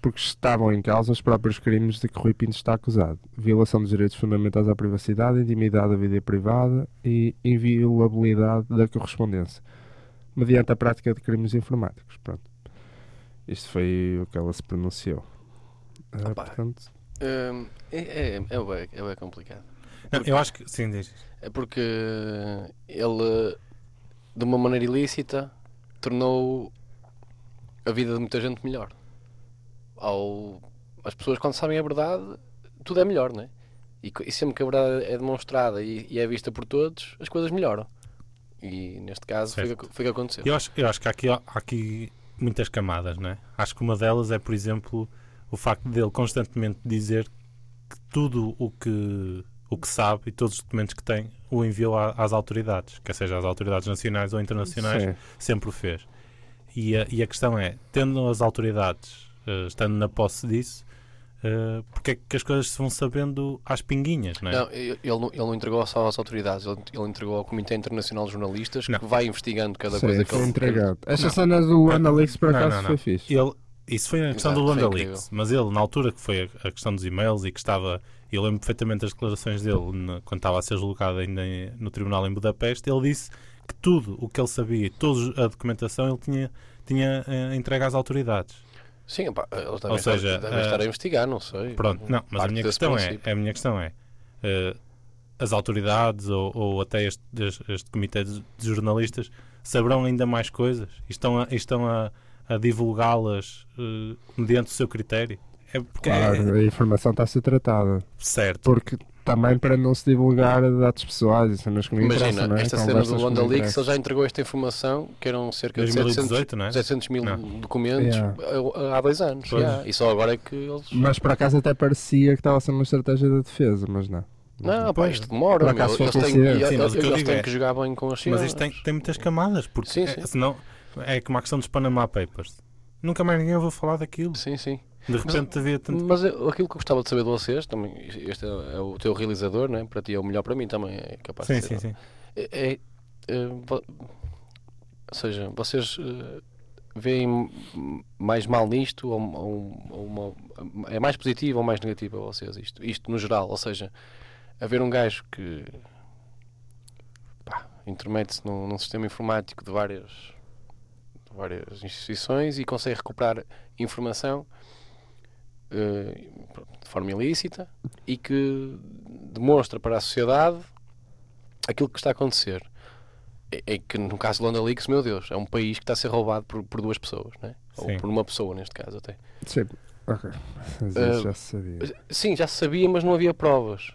S4: porque estavam em causa os próprios crimes de que Rui Pinto está acusado: violação dos direitos fundamentais à privacidade, intimidade da vida privada e inviolabilidade da correspondência, mediante a prática de crimes informáticos. Pronto, isto foi o que ela se pronunciou. Ah,
S2: Opa.
S4: portanto,
S2: Hum, é, é, é, bué- é bué complicado.
S3: Não, eu acho que. Sim, diz.
S2: É porque ele, de uma maneira ilícita, tornou a vida de muita gente melhor. Ao, as pessoas, quando sabem a verdade, tudo é melhor, não é? E, co- e sempre que a verdade é demonstrada e, e é vista por todos, as coisas melhoram. E neste caso foi o que- foi o que aconteceu.
S3: Eu acho, eu acho que há aqui, há aqui muitas camadas, não é? Acho que uma delas é, por exemplo, o facto dele constantemente dizer que tudo o que, o que sabe e todos os documentos que tem o enviou a- às autoridades, quer seja às autoridades nacionais ou internacionais,
S4: Sim.
S3: sempre o fez. E a, e a questão é, tendo as autoridades, eh, estando na posse disso, eh, porque é que as coisas se vão sabendo às pinguinhas, não é?
S2: Não, ele, ele não- ele não entregou só às autoridades, ele, ele entregou ao Comitê Internacional de Jornalistas que
S3: Não.
S2: vai investigando cada
S4: Sim,
S2: coisa que
S4: foi
S2: ele
S4: entregado. Esta cena do Analytics por
S3: Não,
S4: acaso
S3: não, não.
S4: foi fixe.
S3: Ele, isso foi na questão
S2: Exato,
S3: do
S2: foi
S3: Landa
S2: incrível.
S3: Leaks, mas ele, na altura que foi a, a questão dos e-mails e que estava. Eu lembro perfeitamente das declarações dele na- quando estava a ser julgado ainda em- no tribunal em Budapeste. Ele disse que tudo o que ele sabia, toda a documentação, ele tinha, tinha eh, entregue às autoridades.
S2: Sim, opá, ele também
S3: Ou
S2: está-
S3: seja,
S2: deve
S3: eh,
S2: estar a investigar, não sei.
S3: Pronto, não, mas a
S2: Parte
S3: minha,
S2: desse
S3: questão é,
S2: princípio.
S3: a minha questão é: eh, as autoridades ou, ou até este, este- este comitê de de jornalistas saberão ainda mais coisas e estão a, e estão a, a divulgá-las eh, mediante o seu critério? É porque
S4: Claro,
S3: é
S4: a informação está a ser tratada.
S3: certo.
S4: Porque também para não se divulgar dados pessoais e cenas que não
S2: Imagina,
S4: interessam, não é?
S2: esta cena
S4: Conversas
S2: do
S4: que
S2: Landa
S4: não
S2: Leaks, ele
S4: interessam.
S2: já entregou esta informação, que eram cerca de
S3: 2018,
S2: 700,
S3: não é?
S2: 700 mil
S3: Não.
S2: documentos
S4: Yeah.
S2: eh, há dois anos.
S3: Pois.
S2: yeah, E só agora é que eles.
S4: Mas por acaso até parecia que estava a ser uma estratégia da defesa, mas não.
S2: Não, pá,
S3: Pois.
S2: isto demora.
S4: Por
S2: meu.
S4: acaso assim, foi
S2: Eles têm,
S4: coincidência.
S2: e-
S3: Sim, mas o que eu
S2: eles
S3: digo
S2: têm
S3: é-
S2: que jogar bem com as
S3: Mas
S2: cenas.
S3: isto tem, tem muitas camadas, porque
S2: Sim,
S3: é-
S2: sim.
S3: senão é como a questão dos Panama Papers. Nunca mais ninguém ouviu falar daquilo.
S2: Sim, sim.
S3: De repente havia tanto.
S2: Mas eu- aquilo que eu gostava de saber de vocês, também, este é é o teu realizador, né? para ti é o melhor, para mim também é capaz
S3: Sim,
S2: de ser.
S3: sim, sim.
S2: é, é, é, vo- ou seja, vocês eh, veem mais mal nisto ou, ou- ou uma- é mais positivo ou mais negativo a vocês isto, isto no geral, ou seja, haver um gajo que pá, intermete-se num, num sistema informático de várias de várias instituições e consegue recuperar informação eh, pronto, de forma ilícita e que demonstra para a sociedade aquilo que está a acontecer é, é que no caso de London Leaks, meu Deus, é um país que está a ser roubado por, por duas pessoas, né?
S3: Sim.
S2: ou por uma pessoa neste caso até.
S4: Sim. Ok. Mas
S2: Eh,
S4: isso já se sabia.
S2: Sim, já se sabia, mas não havia provas.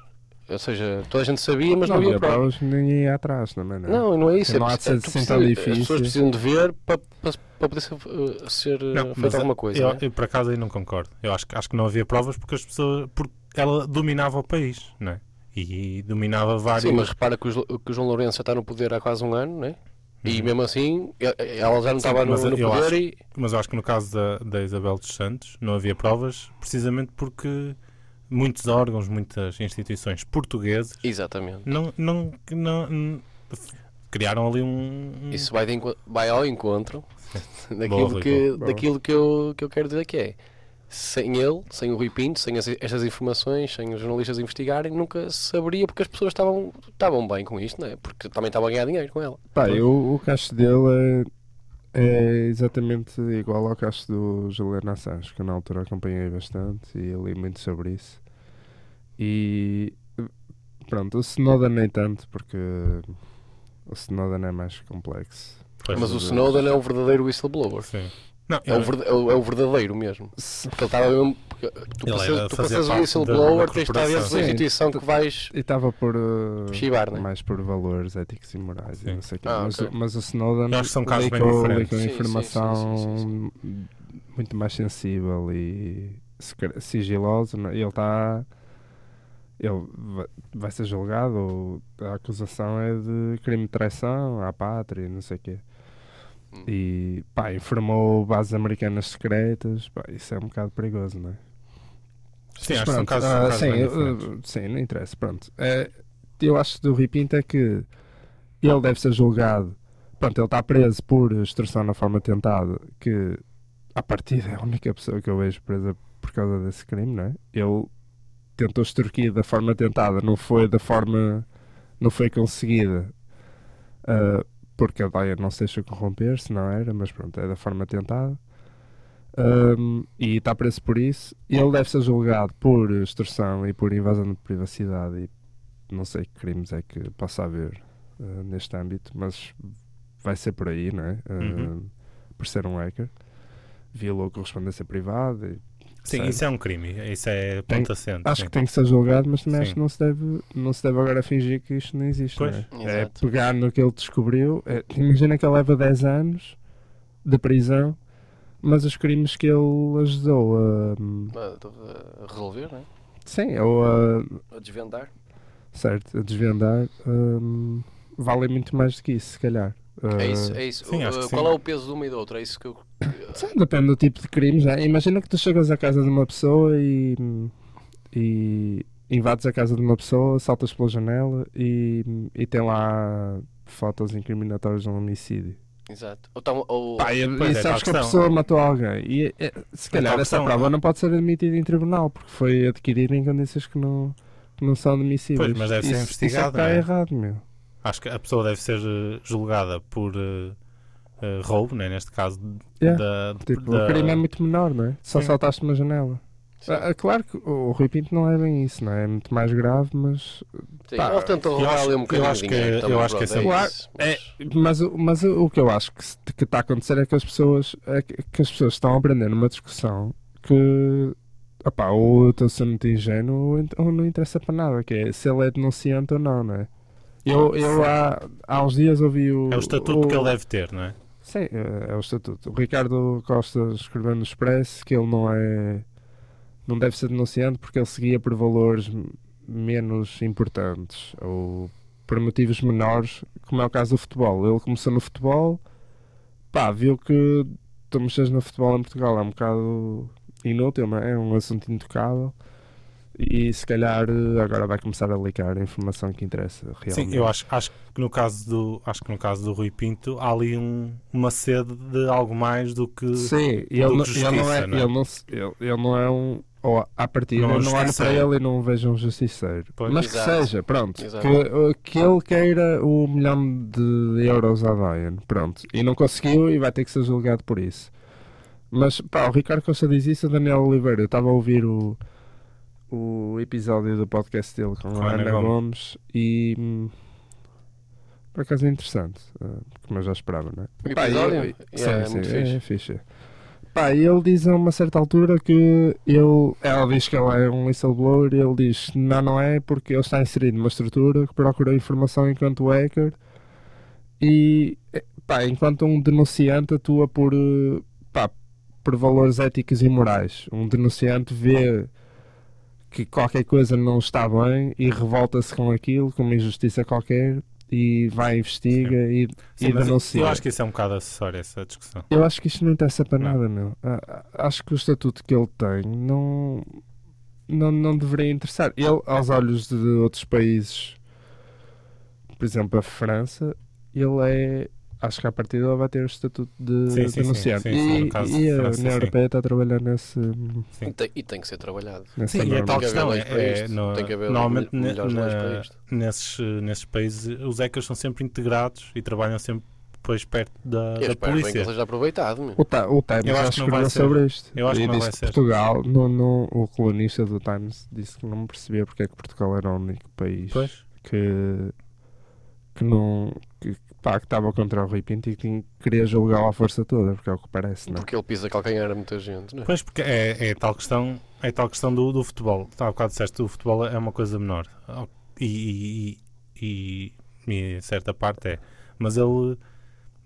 S2: Ou seja, toda a gente sabia, mas não, havia provas.
S4: provas, ninguém ia atrás também, não é?
S2: Não, não é isso. é
S4: Não há de
S2: preciso-
S4: ser
S2: tu
S4: assim tão
S2: precisas-
S4: difícil.
S2: As pessoas precisam de ver para, para, para poder ser, eh, ser eh,
S3: Não, mas
S2: feita alguma coisa.
S3: Eu,
S2: né?
S3: eu, por acaso aí não concordo. Eu acho, que- acho que não havia provas porque as pessoas. Porque ela dominava o país, não é? E, dominava vários.
S2: Sim, mas repara que o, Jo- que o João Lourenço já está no poder há quase um ano, né? E mesmo assim, e- ela já não
S3: Uhum. Sim,
S2: estava no,
S3: mas
S2: no
S3: eu
S2: poder
S3: acho-
S2: e.
S3: Mas eu acho que no caso da, da Isabel dos Santos não havia provas precisamente porque muitos órgãos, muitas instituições portugueses
S2: Exatamente.
S3: não, não, que não, n- f- criaram ali um. um-
S2: Isso vai, de enco- vai ao encontro daquilo,
S3: Boa, Rui,
S2: que,
S4: boa.
S2: daquilo que, eu, que eu quero dizer que é. Sem ele, sem o Rui Pinto, sem as- estas informações, sem os jornalistas investigarem, nunca se saberia porque as pessoas estavam, estavam bem com isto, não é? Porque também estavam a ganhar dinheiro com ela.
S4: Pá, eu, o cacho dele é, é exatamente igual ao cacho do Juliano Assange, que eu na altura acompanhei bastante e li muito sobre isso. E pronto, o Snowden nem tanto, porque o Snowden é mais complexo.
S3: Pois.
S2: Mas o Snowden é o verdadeiro whistleblower.
S3: Sim. Não,
S2: É o, verd- é o- é o verdadeiro mesmo.
S4: Se-
S2: Porque ele estava mesmo. porque Tu
S3: Ele era
S2: passas, tu
S3: fazer
S2: passas o
S3: parte da-
S2: whistleblower,
S3: da
S2: tens de estar dentro da
S4: corporação.
S2: instituição que vais.
S4: E estava por. eh,
S2: Chibar, né?
S4: Mais por valores éticos e morais e
S3: Sim.
S4: não sei o quê.
S2: Ah,
S4: mas,
S2: ok.
S4: o- mas o Snowden
S3: Eu acho que são casos bem
S4: leakou-
S3: diferentes.
S4: leakou
S2: Sim, sim,
S4: informação
S2: sim, sim,
S4: muito mais sensível e secre- sigilosa. não é? E Ele está. Ele va- vai ser julgado. ou A acusação é de crime de traição à pátria e não sei o quê.
S2: Hum.
S4: E pá, informou bases americanas secretas. Pá, isso é um bocado perigoso, não é?
S3: Sim,
S4: Mas
S3: acho que é um são
S4: pronto,
S3: casos, são
S4: ah,
S3: casos
S4: sim,
S3: bem
S4: eu-
S3: diferentes.
S4: sim, não interessa. Pronto. Eh, eu acho do Rui Pinto é que ele deve ser julgado. Pronto, ele está preso por extorsão na forma tentada, que à partida é a única pessoa que eu vejo presa por causa desse crime, não é? Ele tentou extorquir da forma tentada, não foi da forma. não foi conseguida. Ah, porque a Daia não se deixa corromper, se não era, mas pronto, é da forma tentada. Ahm, e está preso por isso. Ele deve ser julgado por extorsão e por invasão de privacidade e não sei que crimes é que possa haver ah, neste âmbito, mas vai ser por aí, não é? Ah,
S3: Uhum.
S4: Por ser um hacker. Violou correspondência privada e
S3: Sim,
S4: Certo.
S3: isso é um crime. Isso é
S4: Tem-
S3: ponto assente.
S4: Acho
S3: sim.
S4: que tem que ser julgado, mas também
S3: Sim.
S4: acho que não se, deve, não se deve agora fingir que isto não existe.
S3: Pois.
S4: não é? É
S2: Exato.
S4: pegar no que ele descobriu. é, imagina que ele leva 10 anos de prisão, mas os crimes que ele ajudou a.
S2: Ah, A, a resolver, né?
S4: Sim, ou a.
S2: A desvendar.
S4: Certo, a desvendar. hum, valem muito mais do que isso, se calhar.
S2: É isso,
S4: Ah,
S2: é isso.
S3: Sim,
S2: O-
S3: acho que
S2: qual
S3: sim.
S2: é o peso de uma e da outra? É isso que eu.
S4: Sim, depende do tipo de crimes. né? Imagina que tu chegas à casa de uma pessoa e, e invades a casa de uma pessoa, saltas pela janela e, e tem lá fotos incriminatórias de um homicídio.
S2: Exato. Ou, então, ou-
S4: Pá, e,
S3: pois
S4: e
S3: é, tal
S4: sabes que a
S3: questão.
S4: pessoa matou alguém. E, e, se calhar
S3: tal
S4: essa
S3: questão,
S4: prova
S3: não é?
S4: não pode ser admitida em tribunal porque foi adquirida em condições que não, que não são admissíveis.
S3: Pois, mas deve ser
S4: Isso- Isso é
S3: investigado,
S4: que está
S3: não é?
S4: errado, meu.
S3: Acho que a pessoa deve ser eh, julgada por eh, eh, roubo, né? neste caso.
S4: Yeah.
S3: Da, de-
S4: Tipo,
S3: da-
S4: o crime é muito menor, não é? Só
S3: Sim.
S4: saltaste uma janela. Ah, ah, claro que o Rui Pinto não é bem isso, não é? É muito mais grave, mas.
S2: sim,
S4: pá,
S2: ele tentou roubar
S3: acho-
S2: ali um
S3: eu
S2: bocadinho
S3: acho
S2: de
S3: que-
S2: dinheiro
S3: eu
S2: também,
S3: acho que
S2: pronto,
S3: esse é
S2: é
S3: o-
S2: isso.
S4: É,
S2: Mas-
S4: mas, o- mas o o que eu acho que está que tá a acontecer é que as pessoas é que que as pessoas estão a aprender numa discussão que opá, ou eu estou sendo muito ingênuo ou ent- ou não interessa para nada, que é se ele é denunciante ou não, não é? Eu, eu há, há uns dias ouvi o.
S3: É o estatuto que ele deve ter, não é?
S4: Sim, é é o estatuto. O Ricardo Costa escreveu no Expresso que ele não é. não deve ser denunciante porque ele seguia por valores m- menos importantes ou por motivos menores, como é o caso do futebol. Ele começou no futebol, pá, viu que tu mexes no futebol em Portugal é um bocado inútil, não é? É um assunto intocável. E se calhar eh, agora vai começar a ligar a informação que interessa realmente.
S3: Sim, eu acho, acho que no caso do acho que no caso do Rui Pinto há ali um, uma sede de algo mais do que
S4: Sim,
S3: do
S4: ele,
S3: que
S4: não-
S3: justiça,
S4: ele não é,
S3: não é?
S4: ele não se- ele- ele não é um. Ou à partida,
S3: Não é um
S4: eu não olho para
S3: justiceiro.
S4: ele e não vejo um justiceiro.
S3: Pois.
S4: Mas
S2: Exato.
S4: que seja, pronto.
S2: Exato.
S4: Que, que ele queira o milhão de euros à Bayern, pronto. E não conseguiu e vai ter que ser julgado por isso. Mas pá, o Ricardo Costa diz isso, o Daniel Oliveira. Eu estava a ouvir o, o episódio do podcast dele com, a Ana, Gomes, e. hum, Por acaso é interessante, ah, como eu já esperava, não é?
S2: O
S4: Pá,
S2: episódio?
S4: eu-
S2: É, é muito fixe.
S4: é fixe. Pá, ele diz a uma certa altura que ele, ela diz que ela é um whistleblower e ele diz não, não é, porque ele está inserido numa estrutura que procura informação enquanto hacker e, eh, pá, enquanto um denunciante atua por, eh, pá, por valores éticos e morais. Um denunciante vê que qualquer coisa não está bem e revolta-se com aquilo, com uma injustiça qualquer e vai, investiga e,
S3: Sim,
S4: e
S3: mas
S4: denuncia.
S3: eu acho que isso é um bocado acessório essa discussão.
S4: Eu acho que isto não interessa para
S3: Não.
S4: nada, meu. A- a- Acho que o estatuto que ele tem não, não, não deveria interessar. Ele, aos
S3: É,
S4: olhos de outros países, por exemplo, a França, ele é. Acho que a partir dele vai ter o estatuto de
S3: Sim, sim, sim,
S4: denunciante.
S3: sim, sim, no
S4: E-
S3: caso
S4: e,
S3: de
S4: a
S3: França,
S4: União
S3: sim.
S4: Europeia está a trabalhar nesse,
S2: E tem, e tem que ser trabalhado.
S4: nessa
S3: Sim, e a tal
S4: norma.
S2: Tem que
S3: questão
S2: haver
S3: é,
S2: leis para
S3: é,
S2: isto.
S3: no-
S2: Tem que haver
S3: normalmente
S2: mil-
S3: ne-
S2: milhares de leis para isto.
S3: nesses, eh, nesses países os ECAs são sempre integrados e trabalham sempre depois perto da,
S2: Eu
S3: da
S2: espero bem que
S3: polícia.
S2: ele seja aproveitado. meu.
S4: O, Ta- o Times
S3: Eu acho
S4: já
S3: que não vai
S4: escreveu
S3: ser.
S4: sobre isto.
S3: Eu acho
S4: e
S3: que não
S4: disse
S3: vai ser.
S4: Portugal, não, não, o colunista do Times disse que não percebia porque é que Portugal era o único país.
S3: Pois.
S4: que que não que, pá, que estava contra o Rui Pinto e que tinha- queria julgá-lo à força toda, porque é o que parece, não é?
S2: Porque ele pisa calcanhar a muita gente, não é?
S3: Pois, porque é, é tal questão, é tal questão do, do futebol. Há bocado disseste o futebol é uma coisa menor. E, e, e, e, e certa parte é. Mas ele,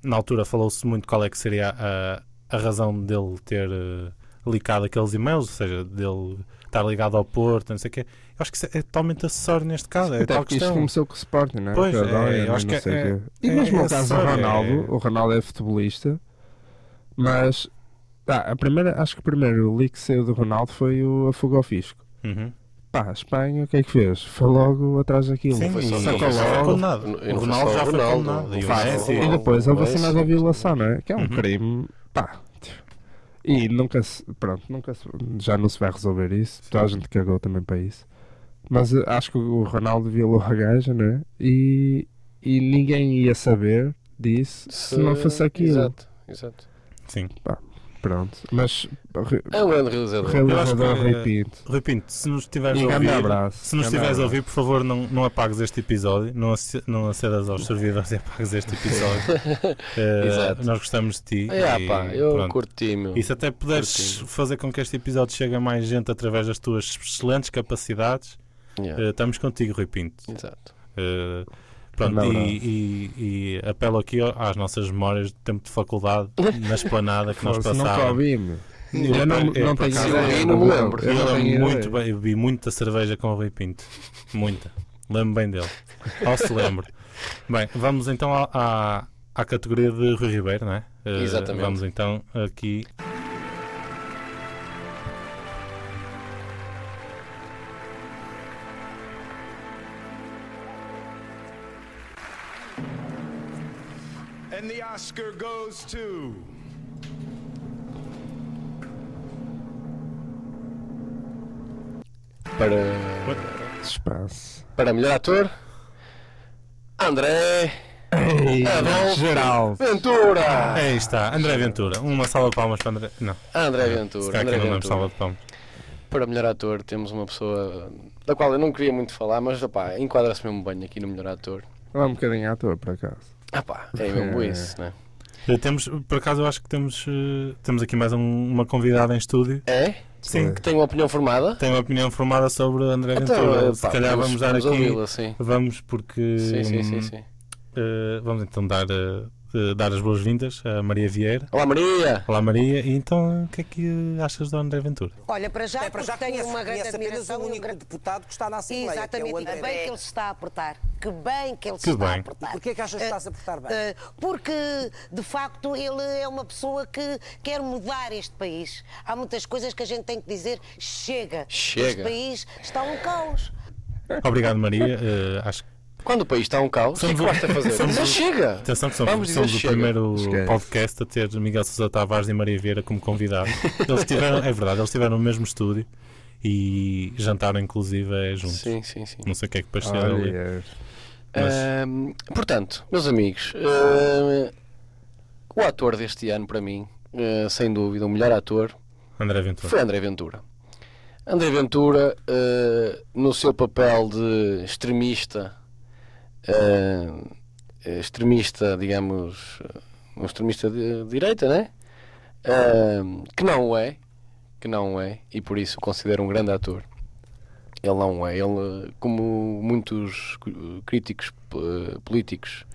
S3: na altura, falou-se muito qual é que seria a, a razão dele ter eh, licado aqueles e-mails, ou seja, dele estar ligado ao Porto, não sei o quê. Eu acho que isso é totalmente acessório neste caso. É
S4: Até
S3: tal
S4: porque isto
S3: questão.
S4: começou com o Sporting, não é?
S3: Pois,
S4: Com a
S3: é,
S4: Dória,
S3: eu
S4: não
S3: acho que
S4: sei o
S3: é-
S4: quê. E
S3: é- é
S4: mesmo o caso do
S3: sério,
S4: Ronaldo,
S3: é-
S4: o Ronaldo é futebolista, mas ah, a primeira, acho que o primeiro leak que saiu do Ronaldo foi o Afogo ao Fisco.
S3: Uhum.
S4: Pá, a Espanha, o que é que fez? Foi logo atrás daquilo.
S3: Sim,
S2: foi só-
S3: e-
S2: não
S4: sacou
S2: foi só-
S4: logo.
S3: condenado.
S2: E não foi
S3: O Ronaldo
S2: só
S3: já
S2: o
S3: foi
S2: Ronaldo,
S3: condenado. E o
S2: foi
S4: Pá,
S3: Messi.
S4: E depois houve
S2: Messi,
S4: assinado a
S2: sim.
S4: violação, não é? Que é um
S3: Uhum.
S4: crime. Pá. E nunca se. Pronto, nunca se- Já não se vai resolver isso. Toda a gente cagou também para isso. Mas eh, acho que o Ronaldo violou a gaja, não é? E, e ninguém ia saber disso se, não fosse aquilo.
S2: Exato, exato.
S3: Sim.
S4: Pronto. Mas.
S2: É um grande realizador.
S4: Realizador
S3: que- é-
S4: Rui Pinto.
S3: Rui Pinto, se nos tiveres a
S4: Um grande
S3: ouvir,
S4: abraço.
S3: se nos
S4: Grande
S3: tiveres a
S4: abraço.
S3: ouvir, por favor, não, não apagues este episódio, não, ace- não acedas aos servidores e apagues este episódio.
S4: [LAUGHS]
S3: Eh,
S2: Exato.
S3: Nós gostamos de ti.
S2: É,
S3: e
S2: pá, eu
S3: pronto.
S2: curti, meu.
S3: E se até puderes
S2: Curtindo.
S3: fazer com que este episódio chegue a mais gente através das tuas excelentes capacidades,
S2: Yeah,
S3: eh, estamos contigo, Rui Pinto.
S2: Exato.
S3: Eh, pronto,
S4: Grande
S3: e, e- e apelo aqui ao- às nossas memórias de tempo de faculdade, na esplanada que nós
S4: Fosse, não
S3: passávamos.
S4: Covid.
S3: Eu, eu,
S4: Eu não, não
S3: é, por
S4: tenho
S3: acaso,
S2: ideia.
S4: ideia.
S2: Eu não me lembro.
S4: Eu
S3: eu
S4: não tenho
S3: lembro é muito
S4: ideia.
S3: bem, eu bebi muita cerveja com o Rui Pinto. Muita. Lembro bem dele. Ou se lembro. Bem, vamos então à, à, à categoria de Rui Ribeiro, não é? Eh,
S2: Exatamente.
S3: Vamos então aqui.
S5: And the Oscar goes to.
S2: Para,
S3: [LAUGHS]
S4: Espaço.
S2: para melhor ator, André
S3: É
S2: Adolfo
S4: Geral.
S2: Ventura.
S3: Aí está, André Ventura. Uma salva de palmas para André. Não,
S2: André
S3: Ah, se
S2: Ventura.
S3: calhar
S2: André
S3: aqui não damos salva
S2: Ventura.
S3: de palmas.
S2: Para melhor ator, temos uma pessoa da qual eu não queria muito falar, mas opá, enquadra-se mesmo bem aqui no melhor ator.
S4: Lá um bocadinho à toa, por acaso.
S2: Ah, pá, é mesmo isso, né?
S3: Eh, Temos, por acaso, eu acho que temos, eh, temos aqui mais um- uma convidada em estúdio.
S2: É?
S3: Sim,
S2: Que tem uma opinião formada?
S3: tem uma opinião formada sobre André Ventura.
S2: Então, eh,
S3: se
S2: pá,
S3: calhar vamos, dar aqui.
S2: ouvi-la, sim.
S3: Vamos porque.
S2: Sim, sim, sim,
S3: hum,
S2: sim.
S3: Uh, vamos então dar, uh, uh, dar as boas-vindas à Maria Vieira.
S2: Olá, Maria!
S3: Olá Maria, e então o que é que uh, achas do André Ventura?
S7: Olha, para já,
S8: É para já
S7: porque tenho
S8: conheço,
S7: uma grande
S8: conheço apenas
S7: admiração
S8: o
S7: e um
S8: único
S7: grande-
S8: deputado que está na Assembleia.
S7: Exatamente,
S8: Que é
S7: e
S8: o
S7: que
S8: André.
S7: bem que ele se está a portar. Que bem que ele se
S3: Que
S7: está
S3: bem.
S7: a portar.
S8: E porquê é que achas que
S7: Eh,
S8: está-se a portar bem?
S7: eh, Porque, de facto, ele é uma pessoa que quer mudar este país. Há muitas coisas que a gente tem que dizer, chega.
S2: Chega.
S7: Este país está um caos.
S3: Obrigado Maria, uh, acho que
S2: Quando o país está um caos, o que é que
S3: Somos-
S2: basta fazer?
S3: somos-
S2: Dizer chega!
S3: atenção que
S2: Vamos
S3: somos,
S2: dizer
S3: somos o
S2: chega.
S3: primeiro
S4: Esquece.
S3: podcast a ter Miguel Sousa Tavares e Maria Vieira como convidados. Eles tiveram, é verdade, eles estiveram no mesmo estúdio e jantaram inclusive é, juntos.
S2: Sim, sim, sim.
S3: Não sei o que é que pastel ali.
S4: Olha,
S3: Mas-
S2: Ahm, portanto, meus amigos, ah, o ator deste ano, para mim, ah, sem dúvida, o melhor ator,
S3: André Ventura.
S2: foi André Ventura. André Ventura, ah, no seu papel de extremista, ah, extremista, digamos, um extremista de de direita, né? Ah, que não o é, que não o é, e por isso o considero um grande ator. Ele não é. Ele, como muitos cu- críticos eh, políticos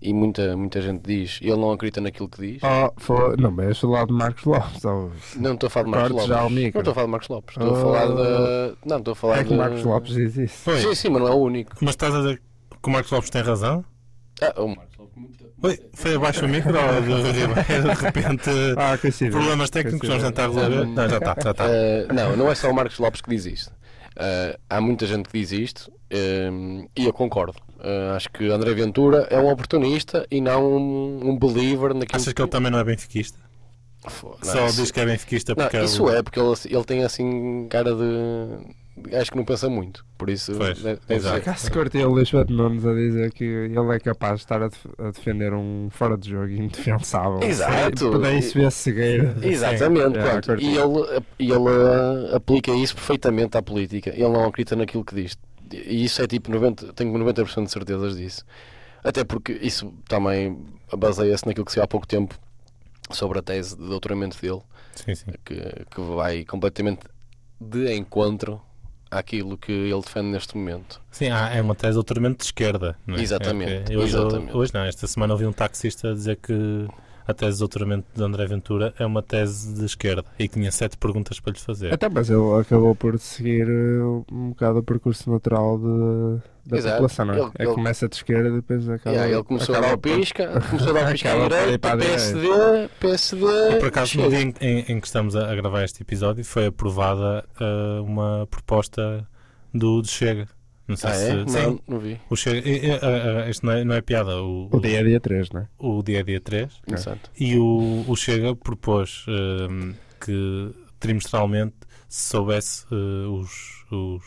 S2: e muita, muita gente diz, ele não acredita naquilo que diz.
S4: Oh, foi... Não, mas este lado de Marcos Lopes. ou-
S2: Não estou a falar de Marcos
S4: Corte
S2: Lopes.
S4: já ao
S2: Não
S4: micro.
S2: estou a falar de Marcos Lopes. Estou a
S4: Ah.
S2: falar de. Não, estou a falar
S4: É
S2: de.
S4: que Marcos Lopes diz isso.
S3: Foi.
S2: Sim, sim, mas não é o único.
S3: Mas estás a dizer que o Marcos Lopes tem razão?
S2: Ah, o Marcos Lopes.
S3: Oi, foi abaixo o micro ou de, de repente
S4: Ah, coincidência.
S3: problemas técnicos vamos tentar resolver? Não, já está, já está.
S2: Ah, não, não é só o Marcos Lopes que diz isto. Ah, há muita gente que diz isto ah, e eu concordo. Ah, acho que André Ventura é um oportunista e não um, um believer naquilo
S3: Achas que ele também não é benfiquista?
S2: Fo-
S3: Que
S2: não,
S3: Só
S2: isso-
S3: diz que é benfiquista
S2: não,
S3: porque
S2: isso é, porque ele, ele tem assim cara de. de Acho que não pensa muito. Por isso.
S3: Pois,
S2: deve- deve
S3: exato.
S2: ser.
S4: Cá se cortei o Lisboa de Nunes a dizer que ele é capaz de estar a, def- a defender um fora de jogo indefensável.
S2: Exato.
S4: E Daí-se ver cegueira.
S2: Exatamente,
S4: Sim.
S2: pronto.
S4: É,
S2: E ele, e ele ah, aplica isso perfeitamente à política. Ele não acredita naquilo que diz. E isso é tipo 90, tenho 90% de certezas disso. Até porque isso também baseia-se naquilo que se viu há pouco tempo sobre a tese de doutoramento dele,
S3: Sim, sim.
S2: que, que vai completamente de encontro àquilo que ele defende neste momento.
S3: Sim, há- é uma tese altamente de esquerda. Não é?
S2: Exatamente,
S3: É, é, hoje,
S2: exatamente.
S3: hoje não, esta semana ouvi um taxista dizer que a tese de doutoramento de André Ventura é uma tese de esquerda e que tinha sete perguntas para lhe fazer.
S4: é, Até, mas ele acabou por seguir eh, um bocado o percurso natural de, da
S2: Exato.
S4: população, não é?
S2: Ele-
S4: é
S2: ele-
S4: começa de esquerda e depois acaba.
S2: Yeah, ele começou a dar o
S4: acaba por-
S2: pisca, começou a dar o pisca à
S4: Acaba por ir
S2: direita,
S4: para a
S2: PSD, PSD.
S3: Por acaso, no
S2: chega.
S3: dia em, em- em que estamos a, a gravar este episódio, foi aprovada ah, uma proposta do, do Chega. Não sei
S2: Ah,
S3: se.
S2: é?
S3: Sim,
S2: Não, não vi.
S3: o Chega. e- e- ah, ah, isto não é, não é piada. O,
S4: O dia é dia 3, não é?
S3: o, o dia a dia 3
S2: Exato.
S3: E o, o Chega propôs hum, que trimestralmente se soubesse eh, os, os,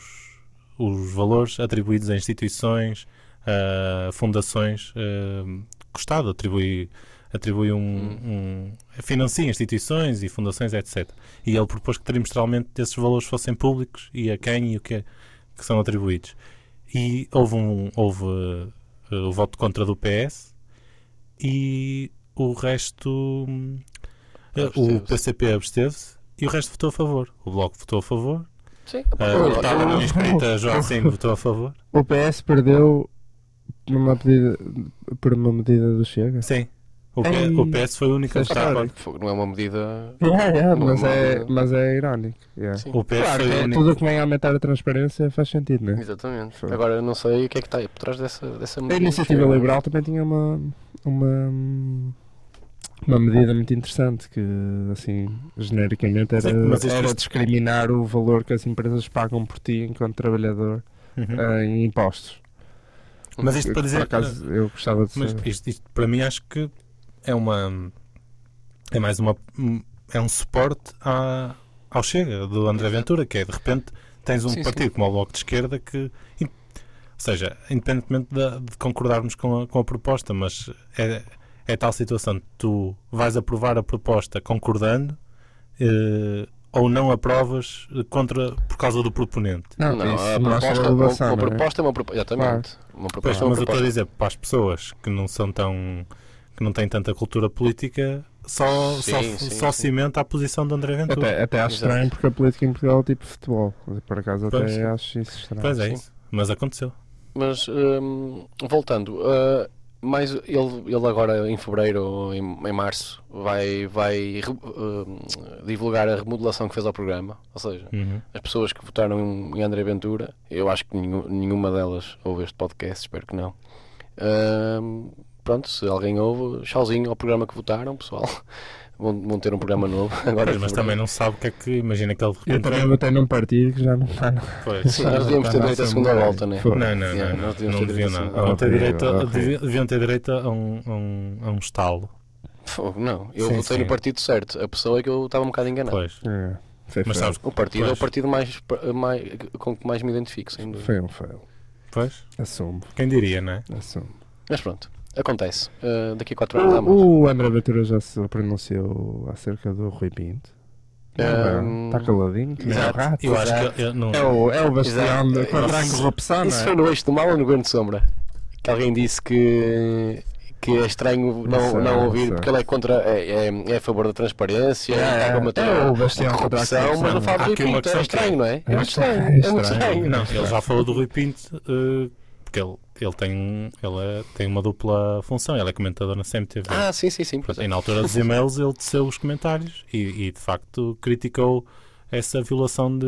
S3: os valores atribuídos a instituições, a fundações hum, Estado atribui, atribui um, um- financia instituições e fundações, etc. E ele propôs que trimestralmente esses valores fossem públicos e a quem e o que, é- que são atribuídos. E houve, um, houve eh, o voto contra do PS e o resto. hum, eh, o
S2: Absteve-se.
S3: PCP absteve-se e o resto votou a favor. O Bloco votou a favor.
S2: Sim,
S3: Ah,
S2: Olha,
S3: o
S4: tá.
S3: deputado
S2: eu-
S3: não inscrita João Singo votou a favor.
S4: O PS perdeu numa pedida, por uma medida do Chega.
S3: Sim. O, P-
S4: Ei.
S3: o PS foi o único a
S4: Sim,
S3: votar
S4: claro.
S3: contra.
S2: Fogo, não é uma medida.
S4: [LAUGHS] Yeah, yeah, mas,
S2: Não é
S4: é,
S2: uma-
S4: mas é irónico. yeah.
S2: Sim.
S3: O PS
S4: Claro,
S3: foi o
S4: é,
S3: único.
S4: tudo o que vem a aumentar a transparência faz sentido, né?
S2: Exatamente.
S4: Foi.
S2: Agora eu não sei o que é que está aí por trás dessa, dessa
S4: A
S2: medida.
S4: iniciativa liberal também tinha uma, uma, uma medida muito interessante que, assim, genericamente era,
S3: Sim, mas isto-
S4: era discriminar o valor que as empresas pagam por ti enquanto trabalhador
S3: Uhum.
S4: eh, em impostos.
S3: Mas isto para
S4: Por
S3: dizer.
S4: acaso, eu gostava de
S3: Mas
S4: saber.
S3: isto, isto para mim acho que é uma. É mais uma. É um suporte à, ao Chega do André Ventura, que é de repente tens um
S2: Sim, sim.
S3: partido como o Bloco de Esquerda que. in- Ou seja, independentemente da- de, concordarmos com a, com a proposta, mas é, é tal situação: tu vais aprovar a proposta concordando eh, ou não aprovas eh, contra, por causa do proponente.
S4: Não,
S2: Não,
S4: isso
S2: a
S4: não
S2: proposta,
S4: é
S2: uma,
S4: elevação,
S2: uma
S4: não é?
S2: proposta é uma proposta. Exatamente. Uma
S3: Pois,
S2: proposta é uma
S3: mas eu estou a
S2: proposta.
S3: dizer para as pessoas que não são tão. que não têm tanta cultura política, só,
S2: Sim,
S3: só,
S2: sim,
S3: só
S2: sim.
S3: cimenta a posição de André Ventura.
S4: Até, até acho
S2: Exato.
S4: estranho porque a política em Portugal é tipo futebol. Por acaso até
S3: Pois.
S4: acho isso estranho.
S3: pois é
S2: sim.
S3: isso. Mas aconteceu.
S2: Mas hum, voltando, ah, mais ele, ele agora em fevereiro ou em, em março vai, vai re- hum, divulgar a remodelação que fez ao programa. Ou seja, as pessoas que votaram em André Ventura, eu acho que nenhu- nenhuma delas ouve este podcast, espero que não. Hum, pronto, se alguém ouve, tchauzinho ao programa que votaram, pessoal. [LAUGHS] Vão, vão ter um programa novo agora.
S3: Pois,
S2: em
S3: mas
S2: fevereiro.
S3: também não sabe o que é que. Imagina que ele de
S4: Eu
S3: repente.
S4: também votei num partido que já não está.
S3: Pois.
S2: Sim, nós devíamos ter direito à segunda volta, né?
S4: Foi.
S3: Não, não,
S2: Yeah,
S3: não,
S2: nós
S3: não,
S2: devíamos
S3: não
S2: ter
S3: deviam
S2: direito a-
S3: nada.
S2: Ah,
S3: Deviam ter direito, a-
S4: ok, ok.
S3: deviam- deviam ter direito a um, a um, a um estalo.
S2: Fogo, não. Eu
S3: Sim,
S2: votei
S3: sim.
S2: no partido certo. A pessoa é que eu estava um bocado enganado.
S3: Pois.
S4: É, foi
S3: Mas
S4: fail.
S3: sabes.
S2: O partido é o
S3: Pois.
S2: partido mais, mais com que mais me identifico, sem dúvida.
S4: Foi um fail.
S3: Pois.
S4: Assumo,
S3: Quem diria, não é?
S4: assumo. Tá
S2: Mas pronto, acontece. Ah, daqui a 4
S3: Uh,
S2: anos há mais.
S4: O, o André Ventura já se pronunciou acerca do Rui Pinto.
S2: Hum,
S4: Está É, caladinho, que nem
S2: exato.
S4: um rato.
S3: Eu
S4: já.
S3: acho que. Eu, não,
S4: É o, é o bastião
S2: Exato.
S4: da contra a
S2: Isso-
S3: Ah,
S4: corrupção,
S2: Isso
S4: não
S2: foi
S4: é?
S2: no eixo do mal ou no governo de sombra? Que alguém disse que, que é estranho não,
S4: Não sei,
S2: não
S4: não
S2: ouvir,
S4: sei.
S2: porque ele é contra. É, é, é a favor da transparência,
S4: É,
S2: é,
S4: é,
S2: combater
S4: é
S2: a
S4: o
S3: assim
S4: bastião
S2: a
S4: contra a
S2: corrupção,
S4: corrupção,
S2: mas não
S4: não é?
S2: fala
S3: Há
S2: do
S3: aqui uma
S2: Pinto. É
S3: questão que é-
S2: estranho, não é? É muito estranho,
S4: é
S2: é muito
S4: estranho.
S2: estranho.
S3: Não, ele já falou do Rui Pinto, eh, porque ele, ele, tem, um- ele é- tem uma dupla função, ele é comentador na CMTV.
S2: Ah, sim, sim, sim. pois
S3: Pronto,
S2: é.
S3: e na altura dos e-mails ele desceu os comentários e, e, de facto criticou essa violação de.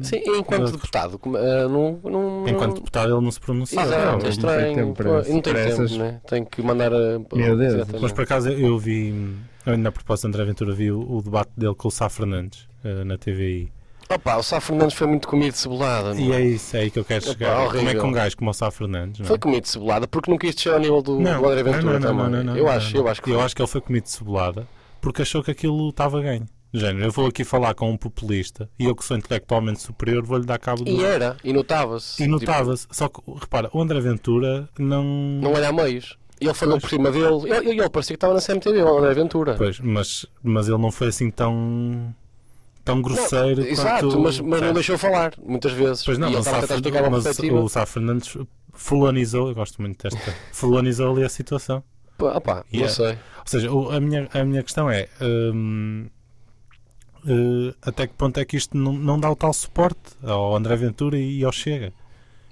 S2: Sim, e enquanto deputado, como, ah, não, não,
S3: Enquanto deputado ele não se pronunciou.
S4: não,
S2: Exato,
S4: não
S2: é
S4: tem
S2: estranho.
S4: tempo para
S2: pô,
S4: isso.
S2: não tem
S4: Para
S2: tempo,
S4: essas-
S2: né? Tem que mandar a. pô,
S4: Meu Deus.
S2: exatamente.
S3: Mas por acaso eu vi, eu, na proposta de André Ventura, vi o, o debate dele com o Sá Fernandes eh, na TVI.
S2: Opa, o Sá Fernandes foi muito comido de cebolada.
S3: E
S2: meu.
S3: é isso, é aí que eu quero
S2: Opa,
S3: chegar. como é que
S2: horrível.
S3: um gajo como o Sá Fernandes. não é?
S2: Foi comido de cebolada porque não quis descer ao nível do, do André Ventura também. eu acho,
S3: não.
S2: eu acho que.
S3: Eu
S2: foi.
S3: acho que ele foi comido de cebolada porque achou que aquilo estava ganho. Do Género, eu vou aqui falar com um populista e eu que sou intelectualmente superior vou-lhe dar cabo do.
S2: E era, é? e notava-se.
S3: E
S2: tipo,
S3: notava-se. Só que, repara, o André Ventura não.
S2: não olha a meios. E ele falou por cima dele. Ele, ele parecia que estava na CMTV, o André Ventura.
S3: Pois, mas, mas ele não foi assim tão. tão grosseiro quanto.
S2: Exato, mas, mas não
S3: Certo.
S2: deixou falar, muitas vezes.
S3: Pois não,
S2: e ele
S3: mas, o
S2: estava a tentar
S3: Sá Fer-
S2: explicar uma
S3: mas
S2: perspectiva.
S3: o Sá Fernandes fulanizou, eu gosto muito desta. fulanizou ali a situação.
S2: Pá, opá,
S3: Yeah.
S2: não sei.
S3: Ou seja, o- a, minha, a minha questão é hum, eh, até que ponto é que isto não, não dá o tal suporte ao André Ventura e ao Chega?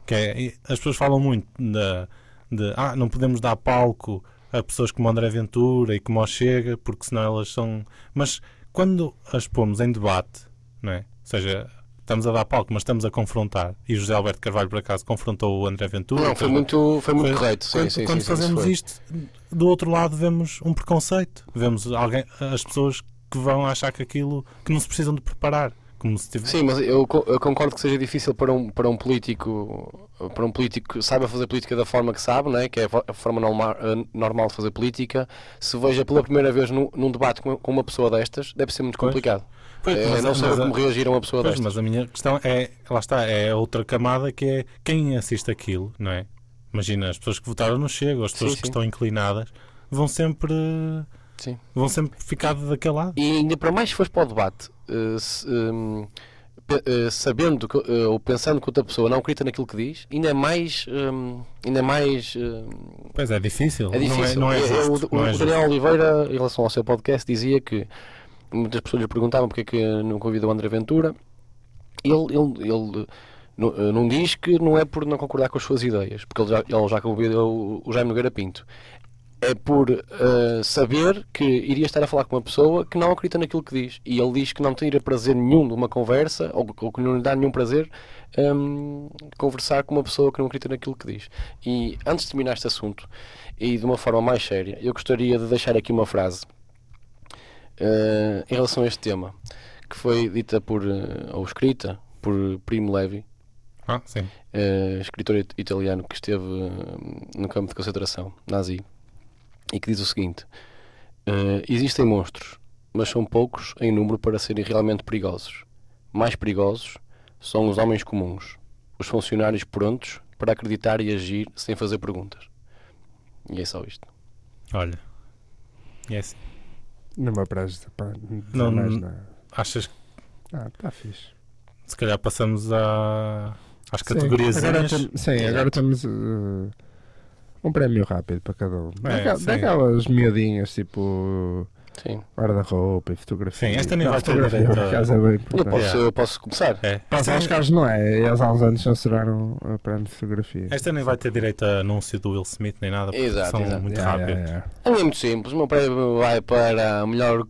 S3: Que é, e as pessoas falam muito da, de ah, não podemos dar palco a pessoas como o André Ventura e como o Chega, porque senão elas são. Mas quando as pomos em debate, não é? Ou seja, estamos a dar palco, mas estamos a confrontar. E José Alberto Carvalho, por acaso, confrontou o André Ventura.
S2: Não, foi
S3: Então,
S2: muito, foi muito
S3: foi-
S2: correto. Sim,
S3: quando
S2: sim,
S3: quando
S2: sim, sim,
S3: fazemos
S2: foi.
S3: isto, do outro lado vemos um preconceito. Vemos alguém, as pessoas que vão achar que aquilo que não se precisam de preparar. Como se tivesse.
S2: Sim, mas eu, co- eu concordo que seja difícil para um, para um político para um político que saiba fazer política da forma que sabe, não é? que é a fo- a forma norma- eh, normal de fazer política, se veja pela primeira vez num, num debate com com uma pessoa destas, deve ser muito
S3: Pois.
S2: complicado.
S3: Pois,
S2: Eh,
S3: mas-
S2: não saber
S3: É, mas a-
S2: como reagir a é uma pessoa
S3: Pois,
S2: destas.
S3: mas a minha questão é, lá está, é a outra camada que é quem assiste aquilo, não é? Imagina, as pessoas que votaram não chegam, as pessoas
S2: Sim,
S3: que
S2: sim.
S3: estão inclinadas vão sempre.
S2: Sim.
S3: vão sempre ficar daquele lado.
S2: E ainda para mais se fores para o debate, eh, se, hum, pe- eh, sabendo que, eh, ou pensando que outra pessoa não acredita naquilo que diz, ainda é mais. hum, ainda é mais. hum,
S3: Pois é, difícil.
S2: É difícil.
S3: Não é, não é
S2: Eu- eu-
S3: justo,
S2: o,
S3: não é
S2: o
S3: justo.
S2: Daniel Oliveira, em relação ao seu podcast, dizia que muitas pessoas lhe perguntavam porque é que não convidou o André Ventura. Ele, ele, ele eh, não, eh, não diz que não é por não concordar com as suas ideias, porque ele já, ele já convidou o Jaime Nogueira Pinto. É por eh, saber que iria estar a falar com uma pessoa que não acredita naquilo que diz. E ele diz que não tira prazer nenhum de uma conversa, ou, ou que não lhe dá nenhum prazer hum, conversar com uma pessoa que não acredita naquilo que diz. E antes de terminar este assunto, e de uma forma mais séria, eu gostaria de deixar aqui uma frase eh, em relação a este tema, que foi dita por, eh, ou escrita por Primo Levi,
S3: Ah, sim.
S2: eh, escritor it- italiano que esteve eh, no campo de concentração nazi e que diz o seguinte: eh, Existem monstros, mas são poucos em número para serem realmente perigosos. Mais perigosos são os homens comuns, os funcionários prontos para acreditar e agir sem fazer perguntas. E é só isto.
S3: Olha. E é assim.
S4: Não me apraz, pá, não, dizer
S3: Não-
S4: mais nada.
S3: Achas que
S4: Ah, está fixe.
S3: se calhar passamos à... às
S4: Sim,
S3: categorias?
S4: agora tam- Sim, agora
S2: Exato.
S4: temos eh, um prémio rápido para cada um.
S3: É,
S4: Daquela-
S3: sim.
S4: Daquelas miudinhas tipo
S2: Sim.
S4: guarda-roupa e fotografia.
S3: Sim, esta nem
S4: Ah,
S3: vai ter
S4: fotografia,
S3: direito
S4: por
S3: a-
S4: acaso é bem
S2: Eu
S4: importante.
S2: posso,
S3: Yeah.
S2: eu posso começar?
S3: É.
S4: Mas aos caras não é, eles há uns anos censuraram a prémio de fotografia.
S3: Esta nem vai ter direito a anúncio do Will Smith nem nada, porque
S2: Exato,
S3: são
S2: exato.
S3: muito
S4: Yeah,
S3: rápidos.
S4: yeah,
S2: A mim é muito simples. O meu prémio vai para a melhor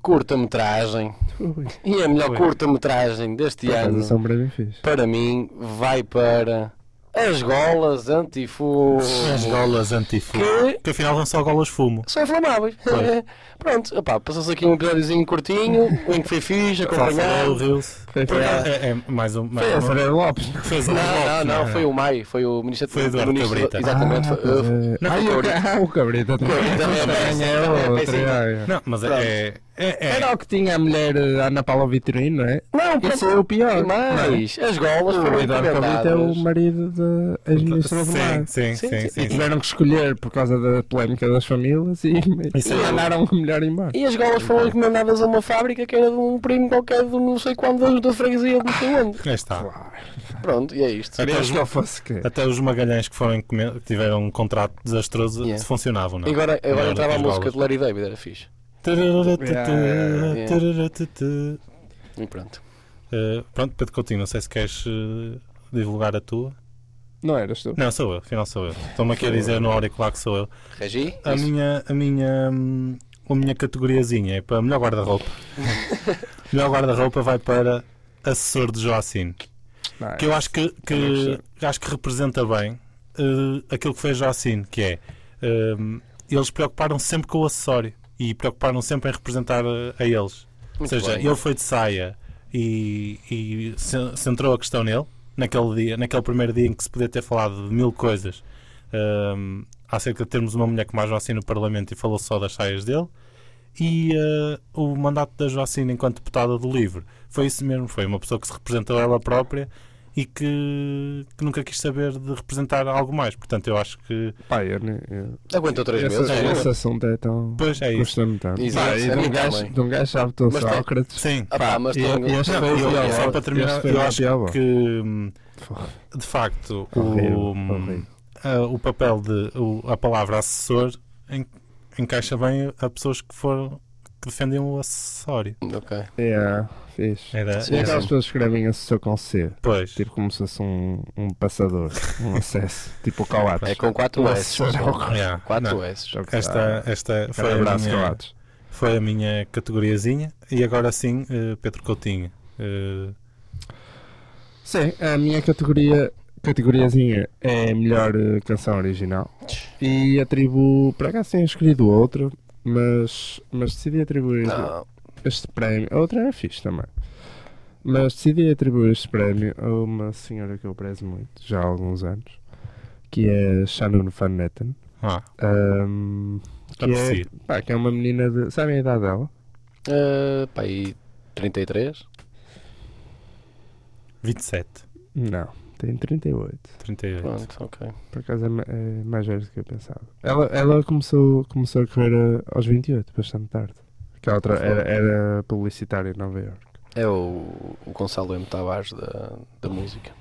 S2: curta-metragem.
S4: yeah. Ui,
S2: E a melhor curta-metragem deste
S4: por acaso
S2: ano,
S4: são bem fixe.
S2: para mim, vai para As Golas Antifumo.
S3: As golas antifumo.
S2: Que?
S3: Que afinal vão só golas fumo.
S2: São inflamáveis.
S3: Pois.
S2: [LAUGHS] Pronto, opá, passou-se aqui um episódiozinho curtinho, em que foi fixe,
S3: Falou,
S2: acompanhado.
S3: riu-se.
S4: Foi, foi,
S2: Yeah.
S3: É, é mais um. Mais
S4: foi a
S3: um-
S4: Ferreira Lopes.
S3: Fez um
S2: Não,
S3: golpe,
S2: não, não, foi o Mai, foi o Ministro
S3: Foi Eduardo
S2: ministro-
S3: Cabrita.
S2: Exatamente.
S4: Ah,
S2: foi-
S4: pois
S2: uh,
S4: é. Ah, e o ca- ah, o Cabrita também.
S2: Também é péssimo,
S4: Ganhou
S2: também é
S4: outra,
S2: péssimo.
S4: é, é.
S3: Não, mas
S2: Pronto.
S3: é. é, é-
S4: Era o que tinha a mulher eh, Ana Paula Vitorino, não é? Não, isso é o pior.
S2: Mas as golas
S4: O
S2: foram
S4: Eduardo Cabrita é o
S2: encomendadas.
S4: marido da ex-ministra do
S3: Sim,
S4: Mar.
S3: sim, sim, sim,
S4: E
S3: sim.
S4: tiveram que escolher por causa da polémica das famílias e,
S3: Isso
S4: e
S3: é-
S4: [LAUGHS] mandaram a mulher embora.
S2: E as golas foram encomendadas a uma fábrica que era de um primo qualquer de não sei quando da freguesia de não sei onde.
S3: Aí está.
S2: Pronto, e é isto.
S3: Até os,
S4: não fosse que.
S3: até os magalhães que, foram encomen- que tiveram um contrato desastroso
S2: Yeah.
S3: funcionavam, não
S2: E
S3: é?
S2: agora, agora
S3: Melhor do
S2: entrava
S3: que
S2: a
S3: as
S2: música de
S3: golas.
S2: Larry David, era fixe.
S3: Tararatutu,
S4: Yeah.
S3: tararatutu.
S2: E pronto.
S3: Eh, Pronto, Pedro Coutinho, não sei se queres eh, divulgar a tua.
S4: Não eras tu?
S3: Não, sou eu, afinal sou eu. Estou-me aqui a dizer no auricular que sou eu.
S2: Regi?
S3: A
S2: Isso.
S3: minha, a minha, hum, a minha categoriazinha é para melhor [LAUGHS] guarda-roupa. melhor guarda-roupa vai para assessor de Joacine.
S4: Não,
S3: Que eu acho que, que,
S4: Também
S3: acho que representa bem eh, aquilo que fez Joacine, que é hum, eles preocuparam se sempre com o acessório e preocuparam se sempre em representar eh, a eles. Ou
S2: Muito
S3: seja,
S2: bem.
S3: ele foi de saia e, e ce- centrou a questão nele, naquele, dia, naquele primeiro dia em que se podia ter falado de mil coisas hum, acerca de termos uma mulher que mais vacina no Parlamento e falou só das saias dele. E eh, o mandato da Joacine enquanto deputada do LIVRE foi isso mesmo, foi uma pessoa que se representou ela própria e que, que nunca quis saber de representar algo mais. Portanto, eu acho que.
S4: é Pá, eu, nem- eu,
S2: Aguentou três
S4: esse,
S2: meses.
S3: é
S2: não
S4: esse assunto é tão.
S3: Pois é isso.
S4: Custa-me tanto.
S2: Exato,
S4: Pá, e
S2: a
S4: de
S2: mim
S4: um gajo,
S2: também.
S4: de um gajo sabe todo
S2: Mas tem-
S4: Sócrates.
S3: Sim.
S2: Ah, pá, mas
S4: e-
S2: tem-
S4: e este
S3: Não,
S4: foi
S3: eu-
S2: é
S4: pior,
S3: só para terminar,
S4: este foi
S3: eu
S4: uma
S3: acho
S4: pior.
S3: que hum, de facto o, hum,
S4: Horrível, horrível.
S3: a- o papel de o- a palavra assessor en- encaixa bem a pessoas que foram que defendem o acessório.
S2: é? Ok.
S4: É, fixe.
S3: Era,
S4: E
S3: era-
S4: aquelas pessoas que escrevem assessor com C,
S3: pois.
S4: tipo como se fosse um, um passador, um acesso, tipo o Coates.
S2: É com 4
S4: Um
S2: S.
S4: assessor ao Coates.
S3: Yeah, não.
S2: 4 S.
S3: Esta, esta foi,
S4: Foi
S3: a
S4: abraço,
S3: minha,
S4: Coates.
S3: foi a minha categoriazinha. E agora sim, eh, Pedro Coutinho. eh,
S4: Sim, a minha categoria, categoriazinha é a melhor eh, canção original. E atribuo, por acaso tinha escolhido outra, mas, mas decidi atribuir
S2: Não.
S4: este prémio. A outra era fixe também. Mas decidi atribuir este prémio a uma senhora que eu prezo muito, já há alguns anos, que é Shannon Van Netten.
S3: ah,
S4: Ahm, que,
S3: aprecio.
S4: é, pá, que é uma menina de. Sabem a idade dela?
S2: Ah, pá, e 33?
S3: 27.
S4: Não, tem 38.
S3: 38.
S2: Pronto, ok.
S4: Por acaso é, ma- é mais velho do que eu pensava. Ela, ela começou, começou a correr eh, aos 28, bastante tarde. Porque a outra era, era publicitária em Nova York.
S2: É o, o Gonçalo M. Tavares da, da música.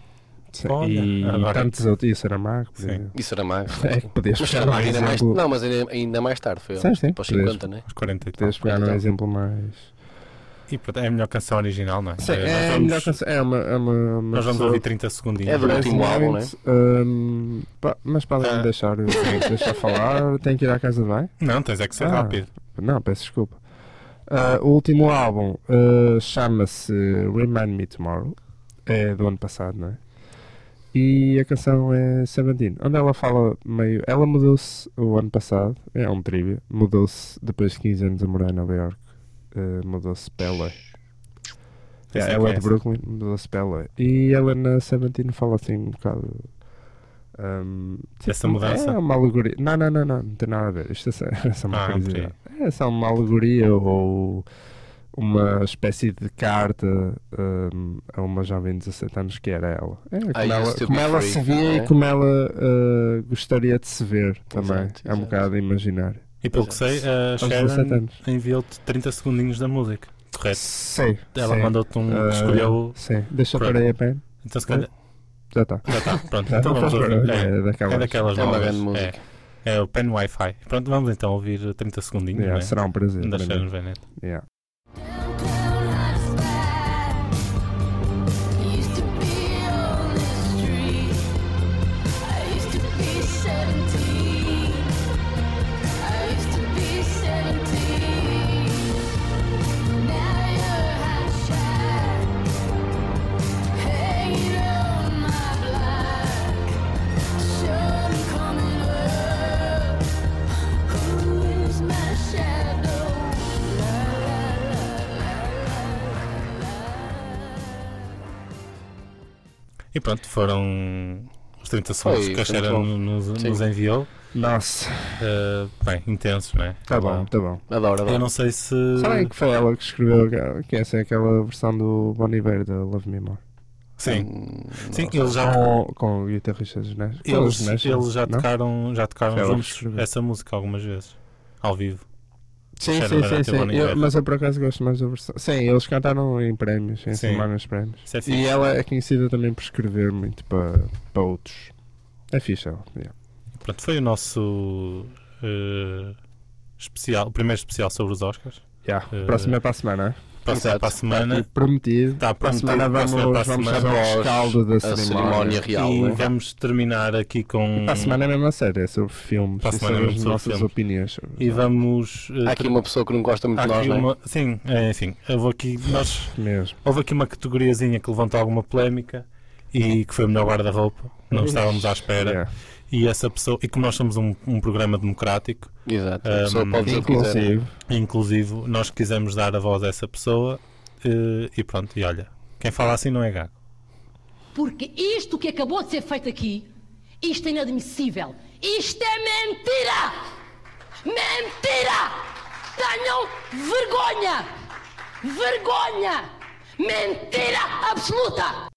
S3: Olha,
S4: e
S3: agora-
S4: tantos outros. E Saramago, por
S3: Sim.
S4: exemplo.
S2: E Saramago.
S4: [LAUGHS] É que podias
S2: Mas
S4: puxar um
S2: Saramago ainda mais.
S4: exemplo.
S2: Não, mas ainda, ainda mais tarde, foi
S4: Sim, sim.
S2: para os 50, né?
S3: Aos 40 e tal.
S4: Podias pegar um
S2: Então.
S4: exemplo mais.
S3: E pronto, é a melhor canção original, não é?
S4: Sim,
S3: Eh, nós
S4: é, a
S3: vamos-
S4: melhor canção. É uma. É uma, uma
S3: Nós vamos
S4: pessoa-
S3: ouvir 30 segundinhos.
S2: É do último álbum, né?
S4: Hum, pá, mas podem me
S3: Ah.
S4: deixar, deixar falar. Tenho que ir à casa de banho.
S3: Não, tens é que ser
S4: Ah.
S3: rápido.
S4: Não, peço desculpa. Ah, o último álbum ah, chama-se Remind Me Tomorrow. É do ano passado, não é? E a canção é Seventeen, onde ela fala meio. Ela mudou-se o ano passado, é um trivia. Mudou-se depois de 15 anos a morar em Nova York. ah, mudou-se para LA.
S3: Sim, sim,
S4: ela é de
S3: conheço.
S4: Brooklyn, mudou-se para LA. E ela na Seventeen fala assim um bocado. hum,
S3: Essa mudança?
S4: É uma alegoria. Não, não, não, não, não tem nada a ver. Isto é só, é só uma
S3: Ah,
S4: curiosidade. É só uma alegoria ou uma espécie de carta hum, a uma jovem de 17 anos que era ela.
S3: Ah,
S4: É, como
S2: I
S4: ela,
S2: used to
S4: como
S2: be
S4: ela
S2: free,
S4: se via
S2: é?
S4: e como ela ah, gostaria de se ver também.
S2: Exato,
S4: É um
S2: exato.
S4: bocado imaginário.
S3: E pelo que sei, a
S4: Aos 17
S3: Sharon
S4: anos.
S3: enviou-te 30 segundinhos da música. Correto.
S4: Sim.
S3: É Ela
S4: sim.
S3: mandou-te um.
S4: Ah,
S3: Escolheu.
S4: Sim, deixa
S3: Pronto.
S4: para aí a pena.
S3: Então se calhar.
S4: Já está.
S3: Já está, pronto.
S4: [LAUGHS] Já
S3: Então
S4: não
S3: vamos
S4: faz
S3: ouvir.
S4: barulho,
S3: É,
S4: é daquelas.
S3: é daquelas
S2: É uma
S3: novas.
S2: grande música.
S3: É, é o Pen Wi-Fi. Pronto, vamos então ouvir 30 segundinhos.
S4: Yeah,
S3: né?
S4: Será um prazer.
S3: Da
S4: para
S3: Sharon
S4: mim.
S3: Venet.
S4: Yeah.
S3: E pronto, foram os 30 segundos
S2: Foi-
S3: que a
S2: foi muito
S3: Sharon
S2: bom.
S3: nos,
S2: Sim.
S3: nos enviou.
S4: Nossa,
S3: Eh, bem, intensos, não é?
S4: tá bom, tá bom.
S2: Adoro,
S3: Eu
S2: adoro.
S3: não sei se.
S4: Sabem que foi ela que escreveu aquela- que essa é aquela versão do Bon Iver da Love Me More?
S3: Sim,
S2: Hum,
S4: tá
S3: sim, eles já.
S4: Com, com o guitarrista dos Nash. com os
S3: Eles,
S4: Nash,
S3: eles já
S4: não?
S3: tocaram, já tocaram
S4: Foi ela que
S3: juntos
S4: escreveu.
S3: essa música algumas vezes, ao vivo.
S4: Sim,
S3: Sharon
S4: sim,
S3: Van
S4: sim,
S3: Etten,
S4: sim.
S3: Bon
S4: Eu-
S3: Iver.
S4: mas eu por acaso gosto mais da versão. Sim, eles cantaram em prémios, em
S3: Sim.
S4: semanas prémios.
S3: Isso é fixe.
S4: E ela é conhecida também por escrever muito para, para outros. É fixe ela. yeah.
S3: Pronto, foi o nosso eh, especial, o primeiro especial sobre os Oscars.
S4: Yeah.
S3: Eh,
S4: Próximo é para a semana, é?
S3: Próximo
S2: Exato.
S3: é para a semana. Tá,
S4: E Prometido.
S3: Está
S4: Tá, tipo, Para
S3: prometido,
S4: a semana vamos,
S3: próximo é para a
S4: vamos
S3: semana.
S4: fazer um rescaldo da
S2: a cerimónia real,
S3: E
S2: né?
S3: vamos terminar aqui com.
S4: Para a semana é mesmo a sério, é sobre filmes
S3: Para a
S4: e
S3: semana é
S4: sobre
S3: mesmo
S4: as
S3: sobre
S4: nossas
S3: filmes.
S4: opiniões. sobre-
S3: E vamos. eh,
S2: Há aqui uma pessoa que não gosta
S4: um
S2: muito
S3: há
S2: de nós,
S3: aqui
S4: né?
S2: não é?
S3: uma- Sim, eh, enfim, eu vou aqui. Nós,
S4: Mesmo.
S3: houve aqui uma categoriazinha que levantou alguma polémica e que foi o melhor guarda-roupa.
S4: Uhum.
S3: Não estávamos à espera.
S4: Yeah.
S3: E essa pessoa, e como nós somos um, um programa democrático,
S2: Exato.
S3: Um,
S2: A
S4: Hum,
S2: pessoa pode dizer o que quiser. né?
S4: Inclusive,
S3: inclusivo, nós quisemos dar a voz a essa pessoa eh, e pronto, e olha, quem fala assim não é gago.
S8: Porque isto que acabou de ser feito aqui, isto é inadmissível. Isto é mentira! Mentira! Tenham vergonha! Vergonha! Mentira absoluta!